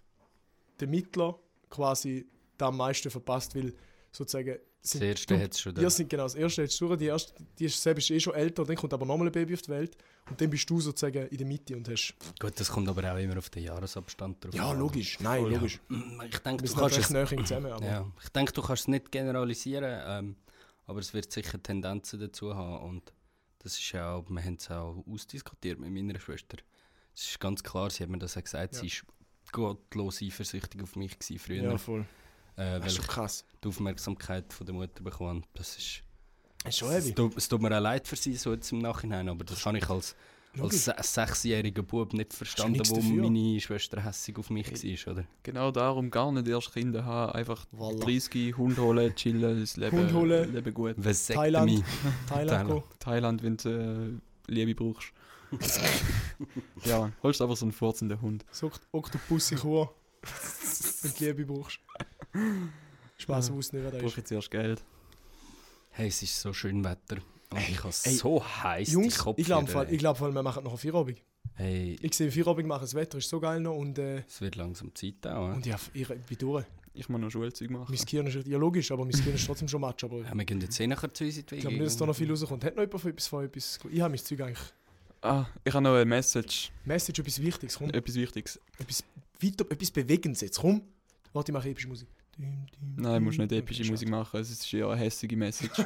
A: der Mittler quasi da am meisten verpasst, weil sozusagen...
D: Das
A: sind-
D: erste
A: du-
D: hat es schon da.
A: Ihr sind genau das erste jetzt durch, die erste, die ist selbst eh schon älter, dann kommt aber nochmal ein Baby auf die Welt und dann bist du sozusagen in der Mitte und hast.
D: Gut, das kommt aber auch immer auf den Jahresabstand drauf an.
A: nein,
D: Voll, ja.
A: logisch.
D: Ich denke,
A: Wir
D: du
A: sind halt
D: kannst
A: recht
D: es,
A: näher zusammen, aber
D: ja, ich denke, du kannst es nicht generalisieren, ähm, aber es wird sicher Tendenzen dazu haben und das ist ja auch, wir haben es auch ausdiskutiert mit meiner Schwester. Es ist ganz klar, sie hat mir das auch gesagt,
A: Ja.
D: sie ist gottlos eifersüchtig auf mich gewesen früher,
A: ja, voll.
D: äh, weil
A: Das ist schon
D: ich
A: krass.
D: die Aufmerksamkeit von der Mutter bekommen habe. Das ist,
A: Das ist schon
D: es,
A: heavy.
D: tut, es tut mir auch leid für sie, so jetzt im Nachhinein, aber das habe ich als als
A: Logisch.
D: se sechsjähriger Bub nicht verstanden,
A: nichts
D: wo
A: dafür.
D: meine Schwester hässig auf mich war, oder?
B: Genau darum gar nicht erst Kinder haben, einfach
A: Voilà.
B: 30, Hund holen, chillen, das Leben,
A: Hund holen.
B: Leben gut.
D: Vasektomie.
A: Thailand go.
B: Thailand, wenn du äh, Liebe brauchst. ja, holst einfach so einen furzenden Hund.
A: So Oktopus in Chur. Wenn du Liebe brauchst. Spaß,
B: Ja.
A: wo es nicht da
B: Brauch
A: ist.
B: jetzt erst Geld.
D: Hey, es ist so schön Wetter. Und ich habe
A: ey,
D: so heiß die
A: Jungs, ich glaube,
D: Kopfhörer.
A: ich glaub, vor allem, wir machen noch eine Feierabend.
D: Hey,
A: Ich sehe Feierabend machen, das Wetter ist so geil noch und, äh,
D: es wird langsam Zeit auch.
A: und ja, ich bin durch.
B: Ich muss noch Schulzeug machen.
A: Mein Gehirn ist ja logisch, aber mein Gehirn ist trotzdem schon matsch. Aber
D: Ja, wir gehen jetzt eh nachher zu uns in die
A: Ich glaube nicht, dass da noch viel rauskommt. Hat noch jemand von etwas von etwas? Ich habe mein Zeug eigentlich.
B: Ah, ich habe noch eine Message,
A: Message, etwas Wichtiges, komm.
B: etwas Wichtiges.
A: Etwas, weiter, etwas Bewegendes jetzt, komm. Warte, ich mache epische Musik. Düm, düm,
B: Nein, du musst
A: düm.
B: nicht epische
A: Mm, Okay,
B: Musik machen, es ist eher eine hässige Message.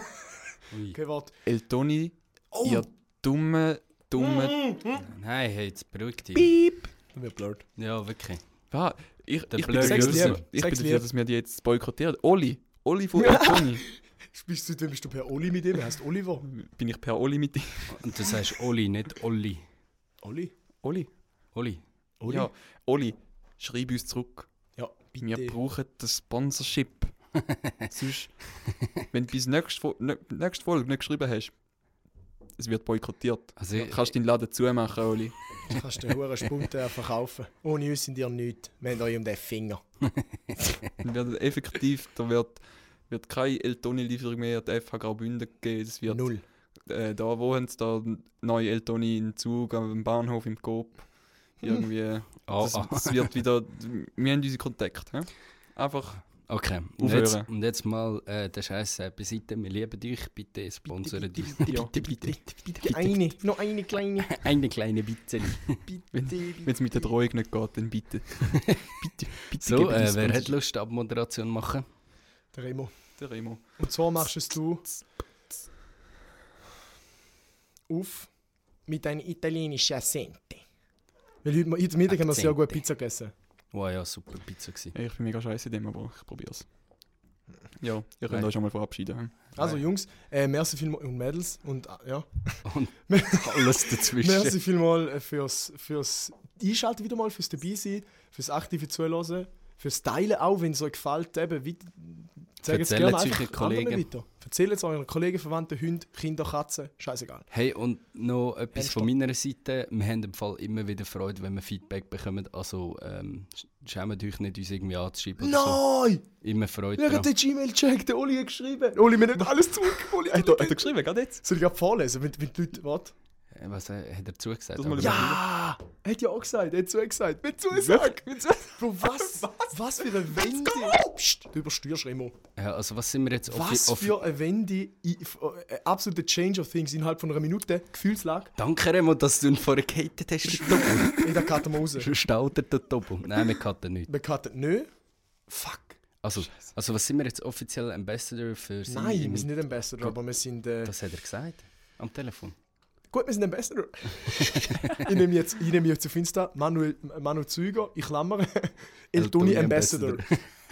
D: Ui.
A: Okay, warte.
B: El Toni,
A: Oh!
B: ihr dumme,
A: Mm.
B: dumme...
D: Nein, hey, jetzt beruhig dich.
A: Piep! Dann wird blöd.
D: Ja, wirklich.
B: Ah, ich,
D: Der
B: ich bin
D: blöde
B: dafür, dass-
A: Jürgen.
B: ich bin
A: Sechs
B: dafür,
A: Lieb.
B: dass wir die jetzt boykottieren. Oli, Oli von El Toni.
A: Bist du, bist du per Oli mit ihm? Er heißt Oliver.
B: Bin ich per Oli mit dir?
D: Und du sagst Oli, nicht Olli.
A: Oli?
B: Oli?
D: Oli.
A: Oli?
B: Ja, Oli, schreib uns zurück.
A: Ja, bitte.
B: Wir brauchen das Sponsorship. Sonst, wenn du bis nächste, Fo nä- nächste Folge nicht geschrieben hast, es wird boykottiert.
D: Also, ich,
B: Kannst deinen Laden zumachen, Oli.
A: Du kannst den hohen Spunten äh, verkaufen. Ohne uns sind ihr nichts. Wir haben euch um den Finger.
B: Dann wird effektiv, da wird, wird keine Eltoni-Lieferung mehr an die FH Graubünden geben. Es wird,
A: Null.
B: äh, da, wo haben sie da neue Eltoni in Zug, am Bahnhof, im Coop? Irgendwie. äh,
D: oh,
B: das,
D: oh,
B: das wird wieder, wir haben unsere Kontakte. hä? Einfach
D: okay. Und
B: Aufhören.
D: jetzt, und jetzt mal äh, der Scheiße beiseite. Wir lieben dich. Bitte sponsern dich.
B: ja.
A: Eine, noch eine kleine.
D: Eine kleine Bitte.
B: Wenn es mit der Drohung nicht geht, dann bitte. bitte, bitte.
D: So,
B: gebt uns
D: äh, wer hat
B: Sponsor-
D: Lust, Abmoderation machen?
A: Der Remo.
B: Der Remo.
A: Und zwar machst es du auf mit einem italienischen Assente. Weil heute, heute Mittag haben wir sehr gut
D: Akzente.
A: Pizza gegessen.
D: Wow, ja, super Pizza gewesen.
B: Ey, Ich bin mega scheiße in dem, aber ich probier's. Ja, ihr
D: Nein.
B: könnt euch schon mal verabschieden.
A: Also
D: Nein.
A: Jungs, äh, merci vielmals und Mädels und äh, ja,
D: Und alles dazwischen.
A: merci vielmals äh, fürs, fürs Einschalten wieder mal, fürs dabei sein, fürs aktive Zuhören, fürs Teilen auch, wenn es euch gefällt, eben weit- Sagt es
D: Erzählt's
A: gerne einfach
D: euren
A: anderen
D: Kollegen.
A: weiter. Erzählt es euren Kollegen, Verwandten, Hunden, Kinder, Katzen, scheißegal.
D: Hey, und noch etwas
A: Ernsthaft?
D: von meiner Seite. Wir haben im Fall immer wieder Freude, wenn wir Feedback bekommen. Also ähm, sch- schämt euch nicht, uns irgendwie anzuschreiben. oder So.
A: Nein!
D: Immer Freude.
A: Schau
D: Dran.
A: den Gmail-Check, der Oli hat geschrieben. Oli, wir nicht alles zurück, Oli.
B: Hat er, hat er geschrieben, gerade jetzt?
A: Soll ich gerade vorlesen, wenn, wenn die Leute... Warte.
D: Äh, Was äh, hat er zugesagt?
B: Das mal
D: Aber-
B: überlegen.
A: Ah! Er hat ja auch gesagt, er hat zugesagt. Mit Zusage! Mit Zusage! Bro, was? was? für eine Wende? Psst, Du übersteuerst, Remo.
D: Ja, also was sind wir jetzt
A: Was
D: offi- offi-
A: für eine Wende, i- f- äh, absolute Change of Things innerhalb von einer Minute, Gefühlslage.
D: Danke, Remo, dass du ihn vorher gehatet hast. den Tobo.
A: Ey, da cutten wir raus.
D: Schon staudert der Tobo. Nein, wir hatten nichts.
A: Wir cutten nicht. Fuck.
D: Also, also was sind wir jetzt offiziell Ambassador für sie?
A: Nein,
D: im-
A: wir sind nicht Ambassador, aber wir sind... Äh,
D: Das hat er gesagt. Am Telefon.
A: gut, wir sind Ambassador. ich nehme jetzt, ich nehme jetzt auf Insta Manuel, Manuel Züger, ich klammere, El Toni Ambassador.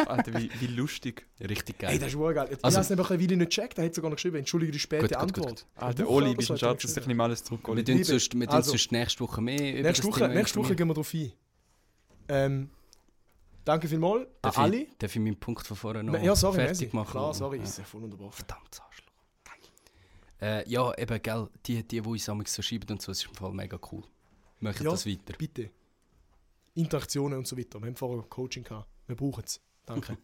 B: Alter, wie, wie lustig.
D: Richtig geil.
A: Ey, das ist wohl geil. Ich
D: Also-
A: habe es nämlich eine Weile nicht gecheckt, er hat sogar noch geschrieben, entschuldige die späte
D: Gut, gut, Ah, gut,
A: Antwort.
D: gut.
B: Alter,
A: Woche
B: Oli,
A: oder
B: bist
A: so
B: ein
A: hat er
B: Schatz, dass
A: geschrieben.
B: dich nicht mal alles zurück,
D: wir
B: Oli.
D: tun
A: Liebe.
D: sonst, wir tun
A: Also-
D: sonst nächste Woche mehr über
A: Nächste
D: das
A: Woche,
D: Thema
A: nächste Woche
D: informieren.
A: gehen wir drauf ein. Ähm, danke vielmals an
D: Darf
A: alle.
D: ich, darf ich meinen Punkt von vorher noch
A: Me- Ja, sorry, merci.
D: fertig machen?
A: Klar, sorry, ist ja voll unterbrochen.
D: Verdammt, Arschloch. Äh, ja, eben, gell, die, die, die uns amigs so schreiben und so, es ist im Fall mega cool. Machen
A: Ja.
D: das weiter.
A: Bitte. Interaktionen und so weiter. Wir haben vorher Coaching gehabt. Wir brauchen es. Danke.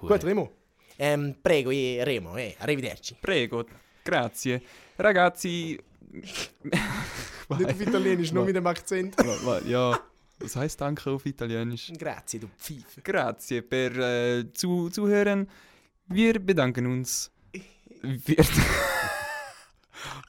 A: Gut, Remo.
E: Ehm, prego, eh, Remo, eh, arrivederci.
B: Prego, grazie. Ragazzi.
A: Nicht auf Italienisch, nur mit dem Akzent.
B: Wa- wa- ja, was heißt Danke auf Italienisch?
E: Grazie, du Pfeife.
B: Grazie per äh, zu, Zuhören. Wir bedanken uns. Wir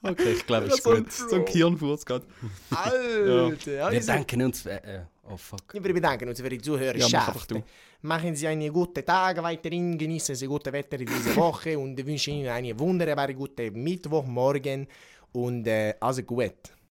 B: okay, ich glaube,
A: es ist
B: so,
A: gut.
B: So ein Kirnfurz gerade.
A: Alter, ja.
D: Wir
A: ich sag-
D: danken uns. Äh, äh, oh fuck.
E: Wir bedanken uns für die
B: Ja, mach einfach
E: Zuhörerschaft.
B: du.
E: Machen Sie einen guten Tag weiterhin, genießen Sie gute Wetter diese Woche und wünschen Ihnen eine wunderbare gute Mittwochmorgen und äh, alles gut.